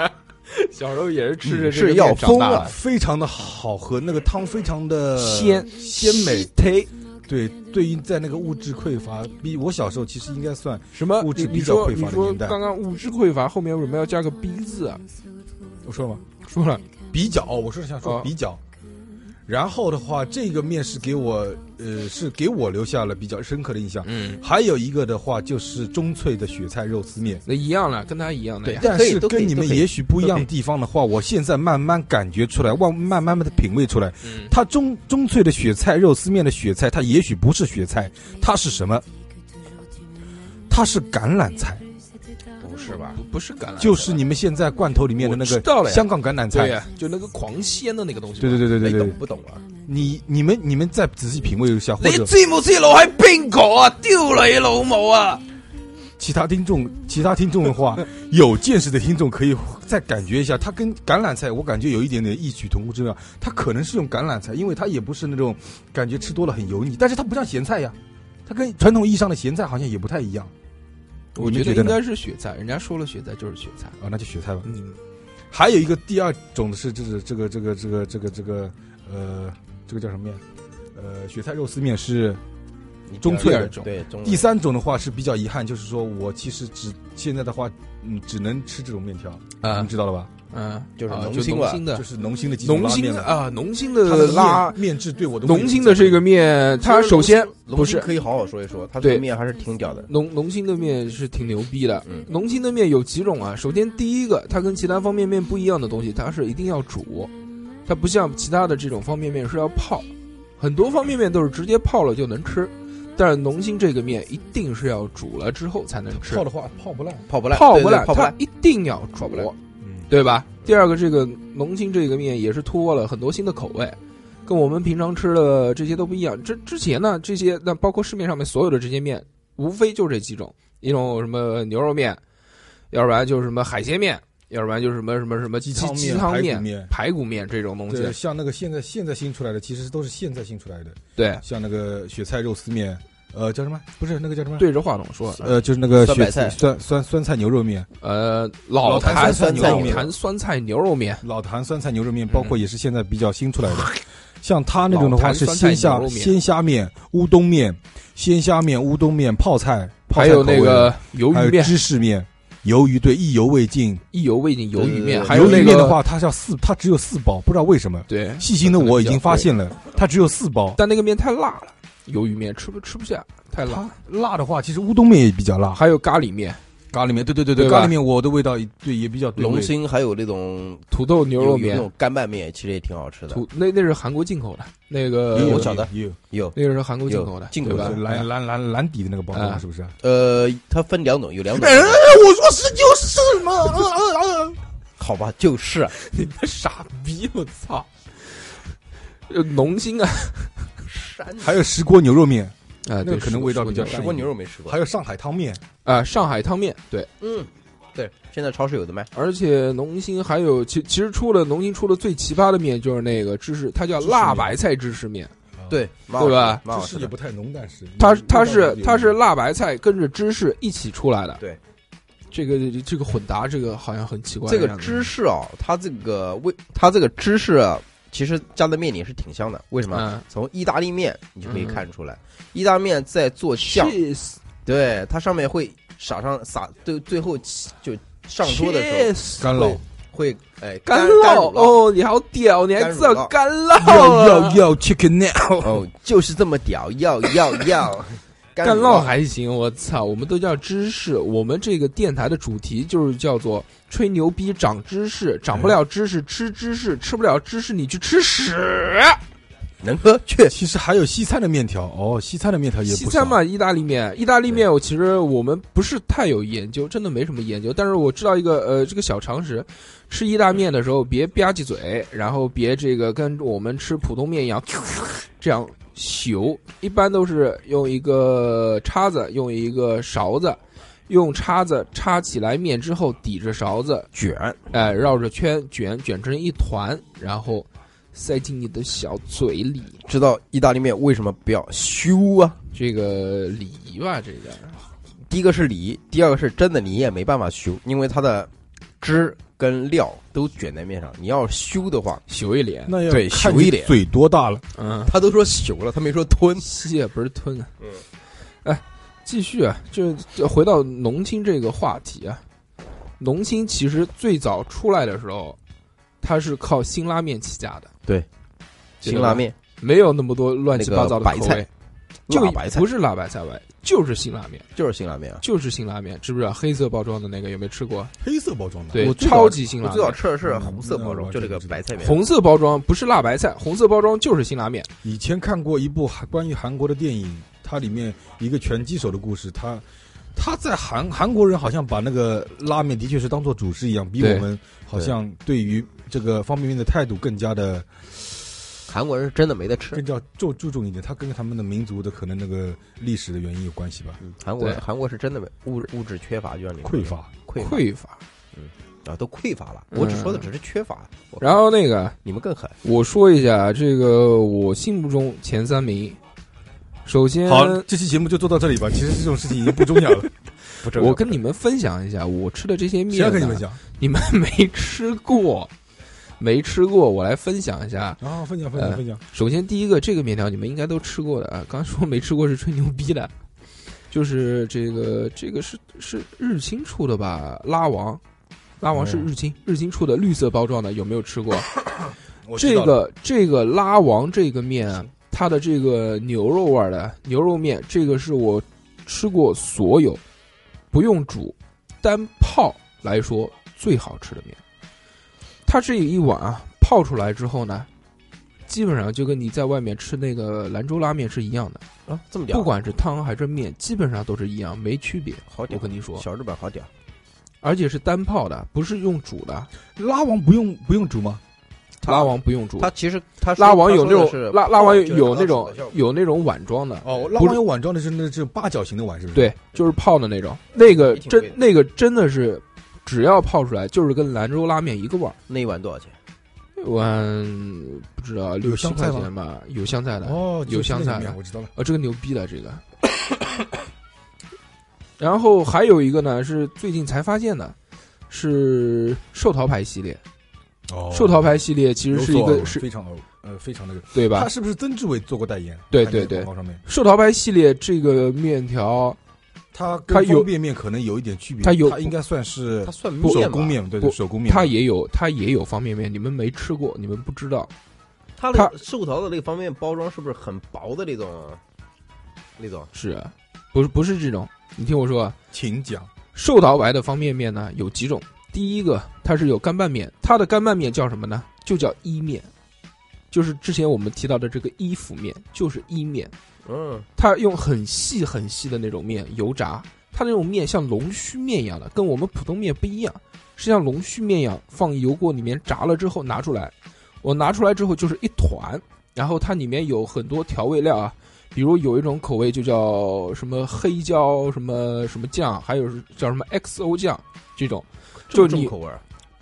S5: 小时候嗯也是啊吃着
S7: 你
S5: 这
S7: 是
S5: 个
S7: 要
S5: 面长
S7: 疯
S5: 大
S7: 了
S5: 的，
S6: 非常的好喝，那个汤非常的
S5: 鲜
S6: 鲜美。
S5: 忒
S6: 对，对于在那个物质匮乏，比我小时候其实应该算
S5: 什么？
S6: 物质
S5: 你你
S6: 比较
S5: 说
S6: 匮
S5: 你
S6: 乏的
S5: 说
S6: 年代。
S5: 刚刚物质匮乏，后面为什么要加个逼字啊？
S6: 我说了吗？
S5: 说了，
S6: 比较，我说是想说
S5: 哦
S6: 比较。然后的话，这个面是给我，呃，是给我留下了比较深刻的印象。
S5: 嗯，
S6: 还有一个的话，就是中脆的雪菜肉丝面，
S5: 那一样了，跟他一样的呀。
S6: 但
S7: 可以
S6: 是
S7: 都可以
S6: 跟你
S7: 都
S6: 们
S7: 可以
S6: 也许不一样的地方的话，我现在慢慢感觉出来，慢慢慢慢的品味出来，
S7: 嗯
S6: 它中中脆的雪菜肉丝面的雪菜，它也许不是雪菜，它是什么？它是橄榄菜，
S7: 嗯
S5: 不是吧？不是橄榄，
S6: 就是你们现在罐头里面的那
S5: 我知道了
S6: 个
S5: 呀
S6: 香港橄榄
S5: 对
S6: 菜。
S5: 呀，就那个狂鲜的那个东西。哎
S6: 对对对对对
S7: 你
S6: 对
S7: 懂，不懂啊？
S6: 你你们你们再仔细品味一下，或者
S5: 知唔知我系边个啊？丢你老母啊！
S6: 其他听众其他听众的 话，有见识的听众可以再感觉一下，它跟橄榄菜我感觉有一点点异曲同工之妙。它可能是用橄榄菜，因为它也不是那种感觉吃多了很油腻，但是它不像咸菜呀，它跟传统意义上的咸菜好像也不太一样。
S5: 我
S6: 你
S5: 觉
S6: 们
S5: 得
S6: 觉
S5: 应
S6: 呢
S5: 该是雪菜，人家说了雪菜就是雪菜。
S6: 啊，那就雪菜吧。
S5: 嗯，
S6: 还有一个第二种的是，就是这个这个这个这个这个呃，这个叫什么面？呃，雪菜肉丝面是
S5: 嗯
S7: 你
S6: 中脆
S7: 第
S6: 的
S7: 二种，对，中
S6: 第三种的话是比较遗憾，就是说我其实只现在的话，嗯，只能吃这种面条，你
S5: 啊
S6: 们知道了吧？
S5: 啊，
S7: 就是
S5: 啊
S7: 浓
S5: 就
S7: 心
S5: 浓
S7: 碗
S5: 心的
S6: 就，是浓心的鸡枞
S5: 浓
S6: 拉
S5: 心
S6: 面
S5: 的
S6: 了，
S5: 啊，浓心
S6: 它
S5: 的
S6: 面
S5: 拉，
S6: 面质对我的胃口
S5: 浓心的是一个面，它首先不是
S7: 可以好好说一说，它
S5: 对
S7: 这个面还是挺屌的。
S5: 浓浓心的面是挺牛逼的
S7: 嗯。
S5: 浓心的面有几种啊？首先第一个，它跟其他方便面不一样的东西，它是一定要煮，它不像其他的这种方便面是要泡。很多方便面都是直接泡了就能吃，但是浓心这个面一定是要煮了之后才能吃
S6: 泡。的话泡不烂，
S7: 泡不烂，
S5: 泡
S7: 对
S5: 不
S7: 对
S5: 烂，
S7: 泡不
S5: 它
S7: 烂。
S5: 一定要煮
S7: 不烂，
S5: 对吧？第二个，这个浓心这个面也是突破了很多新的口味，跟我们平常吃的这些都不一样。之之前呢，这些那包括市面上面所有的这些面，无非就这几种，一种什么牛肉面，要不然就是什么海鲜面，要不然就是什么什么什么鸡
S6: 汤面
S5: 鸡汤
S6: 排骨面
S5: 排骨面这种东西
S6: 对，。像那个现在现在新出来的，其实都是现在新出 来的，
S5: 对，
S6: 像那个雪菜肉丝面，呃，叫什么？不是那个叫什么？，
S5: 对着话筒说，
S6: 呃，就是那个
S7: 酸
S6: 雪
S7: 白菜
S6: 酸酸酸菜牛肉面，
S5: 呃，老
S6: 坛
S5: 坛
S6: 酸
S7: 菜
S5: 老
S7: 牛肉
S5: 坛酸菜牛肉面，
S6: 老坛酸菜牛肉面，包括也是现在比较新出 来的。像它那种
S5: 嗯老
S6: 的话
S5: 坛
S6: 是
S5: 酸菜
S6: 鲜虾
S5: 牛肉面
S6: 鲜虾面、乌冬面、鲜虾面、乌冬面、泡菜，泡
S5: 还
S6: 菜
S5: 有
S6: 口味
S5: 那个鱿
S6: 还
S5: 鱼
S6: 有
S5: 面，
S6: 芝士面、鱿鱼，对，意犹未尽。
S5: 意犹未尽鱿鱼面，
S7: 对
S5: 还有
S6: 鱿
S5: 那
S6: 鱼
S5: 个
S6: 面的话，它是要四，它只有四包，不知道为什么。
S5: 对，
S6: 细心的我已经发现了，它只有四包。
S5: 但那个面太辣了，鱿鱼面吃不吃不下，太辣
S6: 它。辣的话，其实乌冬面也比较辣，
S5: 还有咖喱面、
S6: 咖喱面，对对对对，
S5: 对吧
S6: 咖喱面我的味道也对也比较对味
S7: 龙心还有那种
S5: 土豆牛肉
S7: 有有那
S5: 面、
S7: 种干拌面，其实也挺好吃的。
S5: 土那那是韩国进口的，那个
S6: 也有
S7: 我晓得
S6: 也有
S7: 有
S5: 那个是韩国进口的，
S7: 有进口
S5: 对
S7: 的
S5: 吧？
S6: 蓝蓝蓝蓝底的那个包装
S5: 嗯
S6: 是不是？
S7: 呃，它分两种，有两种。
S6: 我说是就是嘛，
S7: 好吧，就是啊
S5: 你个傻逼，我操！呃浓心啊，
S6: 还有石锅牛肉面，
S5: 啊，
S6: 那个
S5: 对
S6: 可能味道比较
S5: 是
S6: 淡
S7: 吃过牛肉没吃 过
S6: 还？有上海汤面，
S5: 啊，上海汤面对，
S7: 嗯，对，现在超市有的卖。
S5: 而且浓心还有其其实出了浓心出了最奇葩的面就是那个芝士，它叫辣白菜芝士面，
S7: 对，蛮好
S5: 对吧
S7: 吃的蛮好
S6: 芝
S7: 吃
S6: 士也
S7: 的。
S6: 不太浓，但是
S7: 嗯
S5: 它
S6: 味道
S5: 它
S6: 比较
S5: 是
S6: 有
S5: 它是辣白菜跟着芝士一起出来的，
S7: 对，
S5: 这个这个混搭这个好像很奇怪的
S7: 这
S5: 样子，
S7: 个芝士啊，它这个味，它这个芝士啊，其实加在面里是挺香的。为什么
S5: 嗯？
S7: 从意大利面你就可以看出来，意大利面在做酱，
S5: cheese
S7: 对，它上面会撒上撒，最最后起就上桌的时候
S5: cheese
S6: 干
S7: 会
S6: 酪，
S7: 会哎
S5: 干
S7: 酪
S5: 酪哦，你好屌，你还知道干酪
S6: 要
S5: 啊
S6: 要？要 chicken now，
S7: 哦，就是这么屌，要要要
S5: 干
S7: 乳
S5: 酪还行，我操，我们都叫知识。我们这个电台的主题就是叫做吹牛逼
S7: 嗯
S5: 长知识，长不了知识吃知识，吃不了知识你去吃屎。
S7: 能喝去。
S6: 其实还有西餐的面条哦，西餐的面条也不
S5: 西
S6: 少
S5: 餐嘛，意大利面，意大利面，我其实我们不是太有研究，真的没什么研究。但是我知道一个呃，这个小常识，吃意大面的时候别吧唧嘴，然后别这个跟我们吃普通面一样这样咻，一般都是用一个叉子，用一个勺子。用叉子叉起来面之后，抵着勺子
S7: 卷，
S5: 哎，绕着圈卷，卷成一团，然后塞进你的小嘴里。
S7: 知道意大利面为什么不要修啊？
S5: 这个礼仪吧，这个
S7: 第一个是梨，第二个是真的你也没办法修，因为它的汁跟料都卷在面上。你要修的话，
S5: 朽一脸，
S6: 那要
S7: 对
S6: 看
S7: 熟一
S6: 你
S7: 点
S6: 嘴多大了。
S5: 嗯，
S7: 他都说朽了，他没说吞。
S5: 吸也不是吞啊。嗯，哎，继续啊，就就回到农青这个话题啊。农青其实最早出来的时候，它是靠辛拉面起家的，这个
S7: 辛拉面
S5: 没有那么多乱七八糟的
S7: 那个白
S5: 口
S7: 菜
S5: 味。就
S7: 辣白菜
S5: 不是辣白菜白，就是辛拉面，
S7: 就是辛拉面啊。
S5: 就是辛拉面，知不知道？黑色包装的那个有没有吃过？
S6: 黑色包装的，
S5: 对，
S7: 我最早
S5: 超级辛
S7: 我
S5: 拉
S7: 最早
S5: 面。
S7: 吃的是红色包装，
S6: 嗯
S7: 就那个白菜面。
S5: 红色包装不是辣白菜，红色包装就是辛拉面。
S6: 以前看过一部韩关于韩国的电影，它里面一个拳击手的故事，他他在韩韩国人好像把那个拉面的确是当做主食一样，比
S5: 对
S6: 我们好像对于这个方便面的态度更加的
S7: 韩国人是真的没得吃
S6: 更，加注注重一点，它跟他们的民族的可能那个历史的原因有关系吧，
S7: 嗯，韩国
S5: 对
S7: 韩国是真的没物物质缺乏，就像你说的
S6: 匮乏。
S7: 匮乏
S5: 匮乏。
S7: 啊，都匮乏了。我只说的只是缺乏，我
S5: 然后那个
S7: 你们更狠。
S5: 我说一下这个我心目中前三名，首先
S6: 好，这期节目就做到这里吧。其实这种事情已经不重要 了，
S7: 不重要
S5: 我跟你们分享一下我吃的这些
S6: 谁
S5: 面
S6: 要
S5: 呢，
S6: 跟你们讲
S5: 你们没吃过，没吃过，我来分享一下。
S6: 啊？分享分享
S5: 呃
S6: 分享，
S5: 首先第一个这个面条你们应该都吃过的啊，刚说没吃过是吹牛逼的，就是这个这个是是日清出的吧？拉王，拉王
S6: 嗯
S5: 是日清，日清出的绿色包装的，有没有吃过？
S6: 我知
S5: 这
S6: 道了
S5: 个这个拉王这个面啊，它的这个牛肉味儿的牛肉面，这个是我吃过所有不用煮单泡来说最好吃的面。它这一碗啊，泡出来之后呢，基本上就跟你在外面吃那个兰州拉面是一样的，
S7: 啊，这么屌，
S5: 不管是汤还是面，基本上都是一样，没区别。
S7: 好
S5: 我
S7: 屌，
S5: 跟你说，
S7: 小日本好屌，
S5: 而且是单泡的，不是用煮的。
S6: 拉王不用不用煮吗？
S5: 拉王不用煮，
S7: 他其实他说
S5: 拉王有那
S7: 他说
S5: 种
S7: 的是
S5: 拉拉王有
S7: 就是
S5: 有那
S7: 刚
S5: 种
S7: 刚说的效果
S5: 有那种碗装的，
S6: 哦，拉
S5: 不
S6: 王
S5: 是
S6: 有碗装的是那是八角形的碗，是不是？
S5: 对，就是泡的那种。那个
S7: 挺
S5: 真
S7: 贵的
S5: 那个真的是，只要泡出来就是跟兰州拉面一个味儿。
S7: 那一碗多少钱？
S5: 我嗯不知道六
S6: 有
S5: 七
S6: 香
S5: 块
S6: 菜吗
S5: 钱吧，有香菜的。
S6: 哦，
S5: 有香菜的
S6: 就是那个面我知道了。
S5: 啊，这个牛逼了，这个。然后还有一个呢，是最近才发现的，是寿桃牌系列。
S6: 哦
S5: 寿桃牌系列其实是一个是
S6: 非常呃非常那个，
S5: 对吧
S6: 他？是不是曾志伟做过代言？
S5: 对
S6: 看那个
S5: 对对
S6: 广告上面
S5: 寿桃牌系列这个面条
S6: 他
S5: 它
S6: 跟
S5: 有
S6: 方便面可能有一点区别，
S5: 它有
S6: 它应该算是
S7: 他算
S5: 不
S6: 手
S7: 面吧
S6: 工，面，对
S5: 不
S6: 对，手工面，
S5: 它也有它也有方便面，你们没吃过，你们不知道。
S7: 他
S5: 它
S7: 的寿桃的那个方便面包装是不是很薄的那种？啊那种
S5: 是啊，不是不是这种？你听我说啊，
S6: 请讲
S5: 寿桃白的方便面呢有几种？第一个，它是有干拌面，它的干拌面叫什么呢？就叫伊面，就是之前我们提到的这个伊府面，就是伊面。
S7: 嗯，
S5: 它用很细很细的那种面油炸，它那种面像龙须面一样的，跟我们普通面不一样，是像龙须面一样放油锅里面炸了之后拿出来，我拿出来之后就是一团，然后它里面有很多调味料啊，比如有一种口味就叫什么黑椒什么什么酱，还有是叫什么 XO 酱这种，
S7: 这
S5: 就
S7: 么重
S5: 你
S7: 口味儿，啊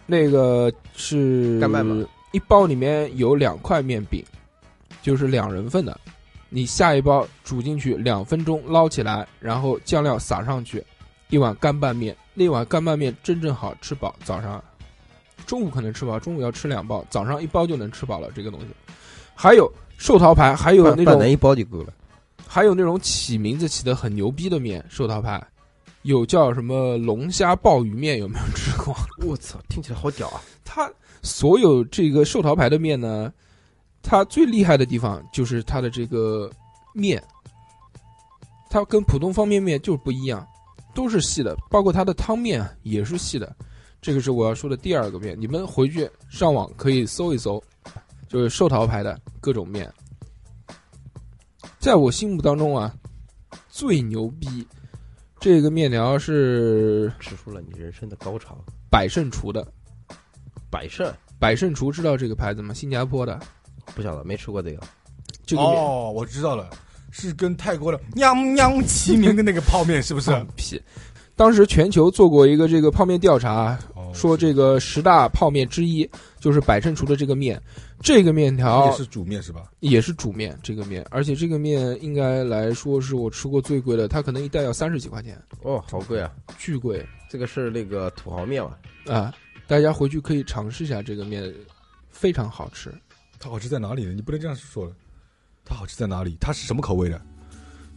S5: 那个是
S7: 干拌吗
S5: 一包里面有两块面饼，就是两人份的。你下一包煮进去两分钟，捞起来，然后酱料撒上去，一碗干拌面。那碗干拌面真正好吃饱，早上、中午可能吃不饱，中午要吃两包，早上一包就能吃饱了。这个东西，还有寿桃牌，还有那
S7: 半
S5: 种
S7: 一包就够了。
S5: 还有那种起名字起的很牛逼的面，寿桃牌有叫什么龙虾鲍鱼面，有没有吃过？
S7: 我操，听起来好屌啊！
S5: 它所有这个寿桃牌的面呢，它最厉害的地方就是它的这个面，它跟普通方便面就是不一样，都是细的，包括它的汤面啊也是细的。这个是我要说的第二个面，你们回去上网可以搜一搜，就是寿桃牌的各种面。在我心目当中啊，最牛逼这个面条是
S7: 指出了你人生的高潮。
S5: 百胜厨的。
S7: 百胜
S5: 百胜厨知道这个牌子吗？新加坡的
S7: 不晓得，没吃过这个。
S5: 这个面哦
S6: 哦，我知道了，是跟泰国的娘娘齐名的那个泡面，是不是？
S5: 放屁！当时全球做过一个这个泡面调查啊，
S6: 哦
S5: 说这个十大泡面之一就是百胜厨的这个面，这个面条
S6: 也是煮面是吧？
S5: 也是煮面，这个面，而且这个面应该来说是我吃过最贵的，它可能一袋要三十几块钱，
S7: 哦，好贵啊！
S5: 巨贵
S7: 这个是那个土豪面嘛？
S5: 啊！大家回去可以尝试一下这个面，非常好吃。
S6: 它好吃在哪里呢？你不能这样说了。它好吃在哪里？它是什么口味的？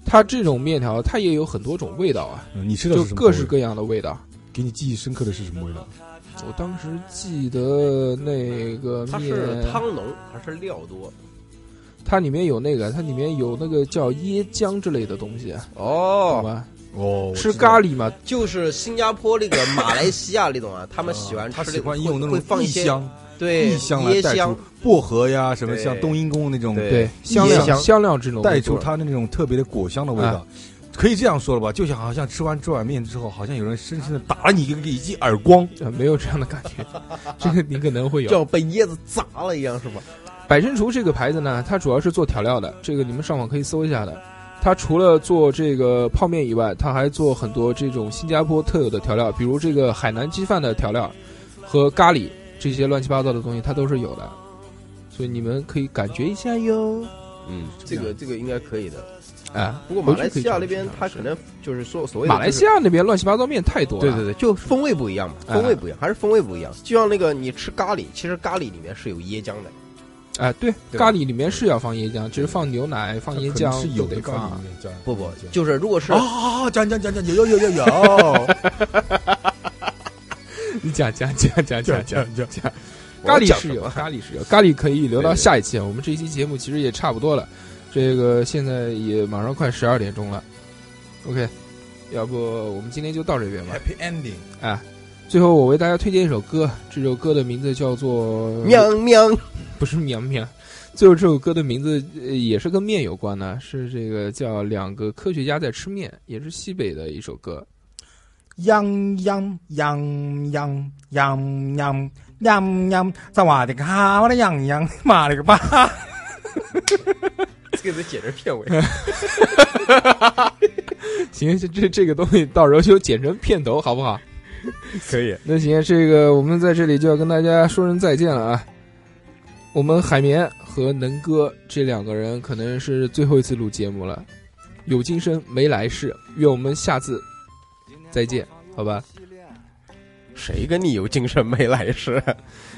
S5: 它这种面条，它也有很多种味道啊，
S6: 嗯你吃的
S5: 就是
S6: 什么口
S5: 各
S6: 味？
S5: 式各样的味道。
S6: 给你记忆深刻的是什么味道？
S5: 我当时记得那个
S7: 它
S5: 面，
S7: 是汤浓还是料多？
S5: 它里面有那个，它里面有那个叫椰浆之类的东西，好
S7: 哦，
S5: 吧？
S6: 哦，
S5: 吃咖喱嘛，
S7: 就是新加坡那个马来西亚那种啊，他们喜欢
S6: 他
S7: 吃
S6: 喜
S7: 那种，
S6: 欢用那
S7: 会
S6: 种
S7: 放
S6: 异
S7: 一些
S6: 香、
S7: 对
S6: 异香来
S7: 椰
S6: 带
S7: 香
S6: 出，薄荷呀，什么
S7: 对
S6: 像冬阴功那种，
S7: 对
S5: 对，香
S7: 椰
S5: 料
S7: 香
S5: 香料之浓，
S6: 带出它的那种特别的果香的味道。可以这样说了吧，就像好像吃完这碗面之后，好像有人深深的打了你一个一记耳光。
S5: 呃，没有这样的感 觉，这个你可能会
S7: 就
S5: 有。
S7: 像被椰子砸了一样，是吧？
S5: 百胜厨这个牌子呢，它主要是做调料的，这个你们上网可以搜一下的。它除了做这个泡面以外，它还做很多这种新加坡特有的调料，比如这个海南鸡饭的调料和咖喱这些乱七八糟的东西，它都是有的。所以你们可以感觉一下哟，
S7: 嗯，这个这个应该可以的。
S5: 啊！
S7: 不过马
S5: 回
S7: 来
S5: 去可
S7: 西
S5: 以
S7: 亚
S5: 尝
S7: 那边
S5: 试
S7: 它可能就是说所谓的
S5: 马来西亚啊那边乱七八糟面太多了，
S7: 对对对，就风味不一样嘛，
S5: 哎
S7: 风味不一样，还是风味不一样。就像那个你吃咖喱，其实咖喱里面是有椰浆的，
S5: 对，哎对，
S7: 对吧
S5: 咖喱里面是要放椰浆，其实放牛奶、放椰浆
S6: 它可能是
S5: 都
S6: 有
S5: 得
S6: 的咖喱
S5: 放
S6: 里。面加
S7: 不不，就是如果是
S5: 哦
S6: 啊，讲讲讲讲，有有有有有，
S5: 你讲讲讲讲讲讲讲。
S7: 我
S5: 咖
S7: 要
S5: 喱
S7: 讲
S5: 是
S7: 什
S5: 有，
S7: 么
S5: 咖喱是有，咖喱可以留到
S7: 对对
S5: 下一期啊。我们这一期节目其实也差不多了，这个现在也马上快十二点钟了。OK，要不我们今天就到这边吧。
S6: Happy Ending。
S5: 哎，最后我为大家推荐一首歌，这首歌的名字叫做《
S7: 喵喵，
S5: 不是绵绵。最后这首歌的名字呃也是跟面有关的，是这个叫两个科学家在吃面，也是西北的一首歌。
S4: ยังยังยังยังยังยังยังยังสวัสดีครับว่าได้ยังยังมาเลยกับบ้า
S7: 这个得剪成片尾。
S5: 行，这这这个东西到时候就剪成片头好不好？
S8: 可以。
S5: 那行，这个我们在这里就要跟大家说声再见了啊。我们海绵和能哥这两个人可能是最后一次录节目了，有今生没来世，愿我们下次再见，好吧？
S7: 谁跟你有精神没来世？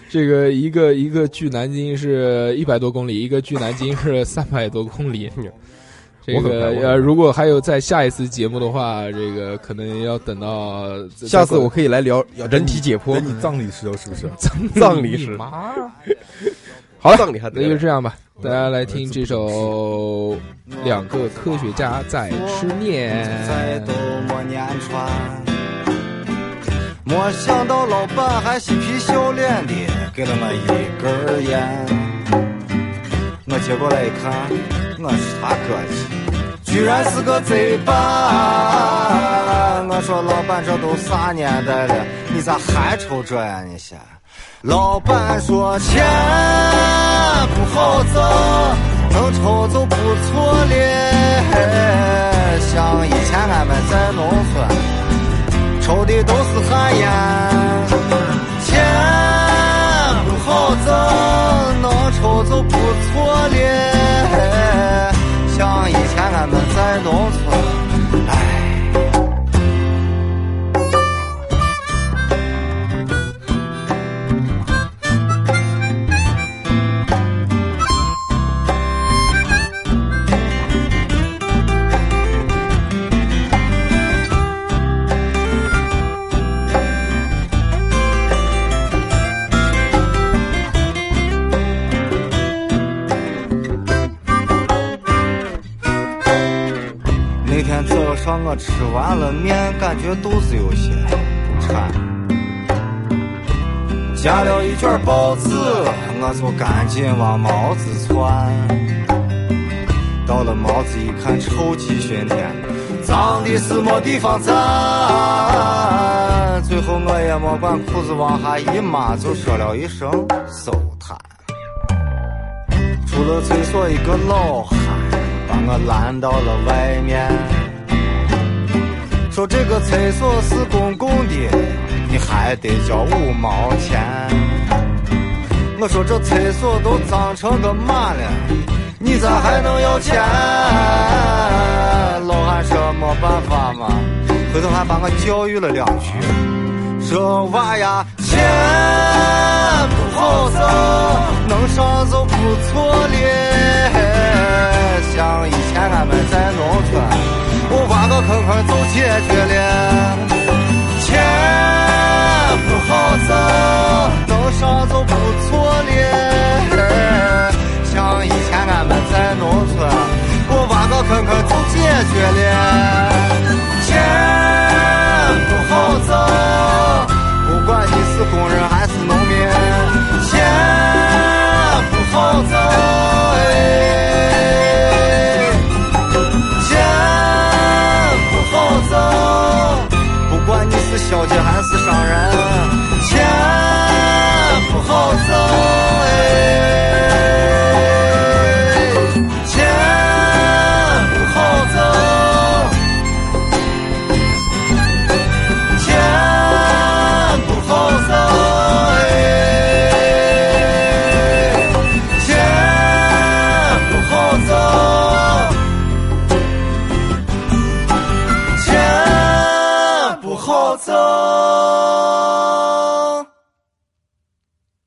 S5: 这个一个一个距南京是一百多公里，一个距南京是三百多公里。这
S7: 哎我很
S5: 个
S7: 快我很
S5: 呃，如果还有在下一次节目的话，这个可能要等到
S7: 下次我可以来聊人体解剖
S6: 等、你葬礼时候是不是？
S5: 葬
S7: 葬礼时
S5: 妈，
S7: 好了，葬礼还得
S5: 那就这样吧，
S6: 我
S5: 大家来听这首《两个科学家在吃面》。
S10: 才都没年穿。没想到老板还嬉皮笑脸的给了我一根烟，我接过来一看，我是他哥的，居然是个贼吧！我说老板，这都啥年代了，你咋还抽这呀？你先。老板说钱不好挣，能抽就不错了。像以前俺们在农村，抽的都是旱烟。钱不好挣，能抽就不错了。像以前俺们在农村，唉。那天早上我吃完了面，感觉肚子有些不馋，夹了一卷包子，我就赶紧往毛子窜。到了茅子一看，臭气熏天，脏的是没地方站。最后我也没管裤子往下一抹，就说了一声收摊。出了厕所，一个老汉把我拦到了外面，说这个厕所是公共的，你还得交五毛钱。我说这厕所都脏成个马了，你咋还能要钱？老汉说没办法嘛，回头还把我教育了两句，说娃呀，钱。哎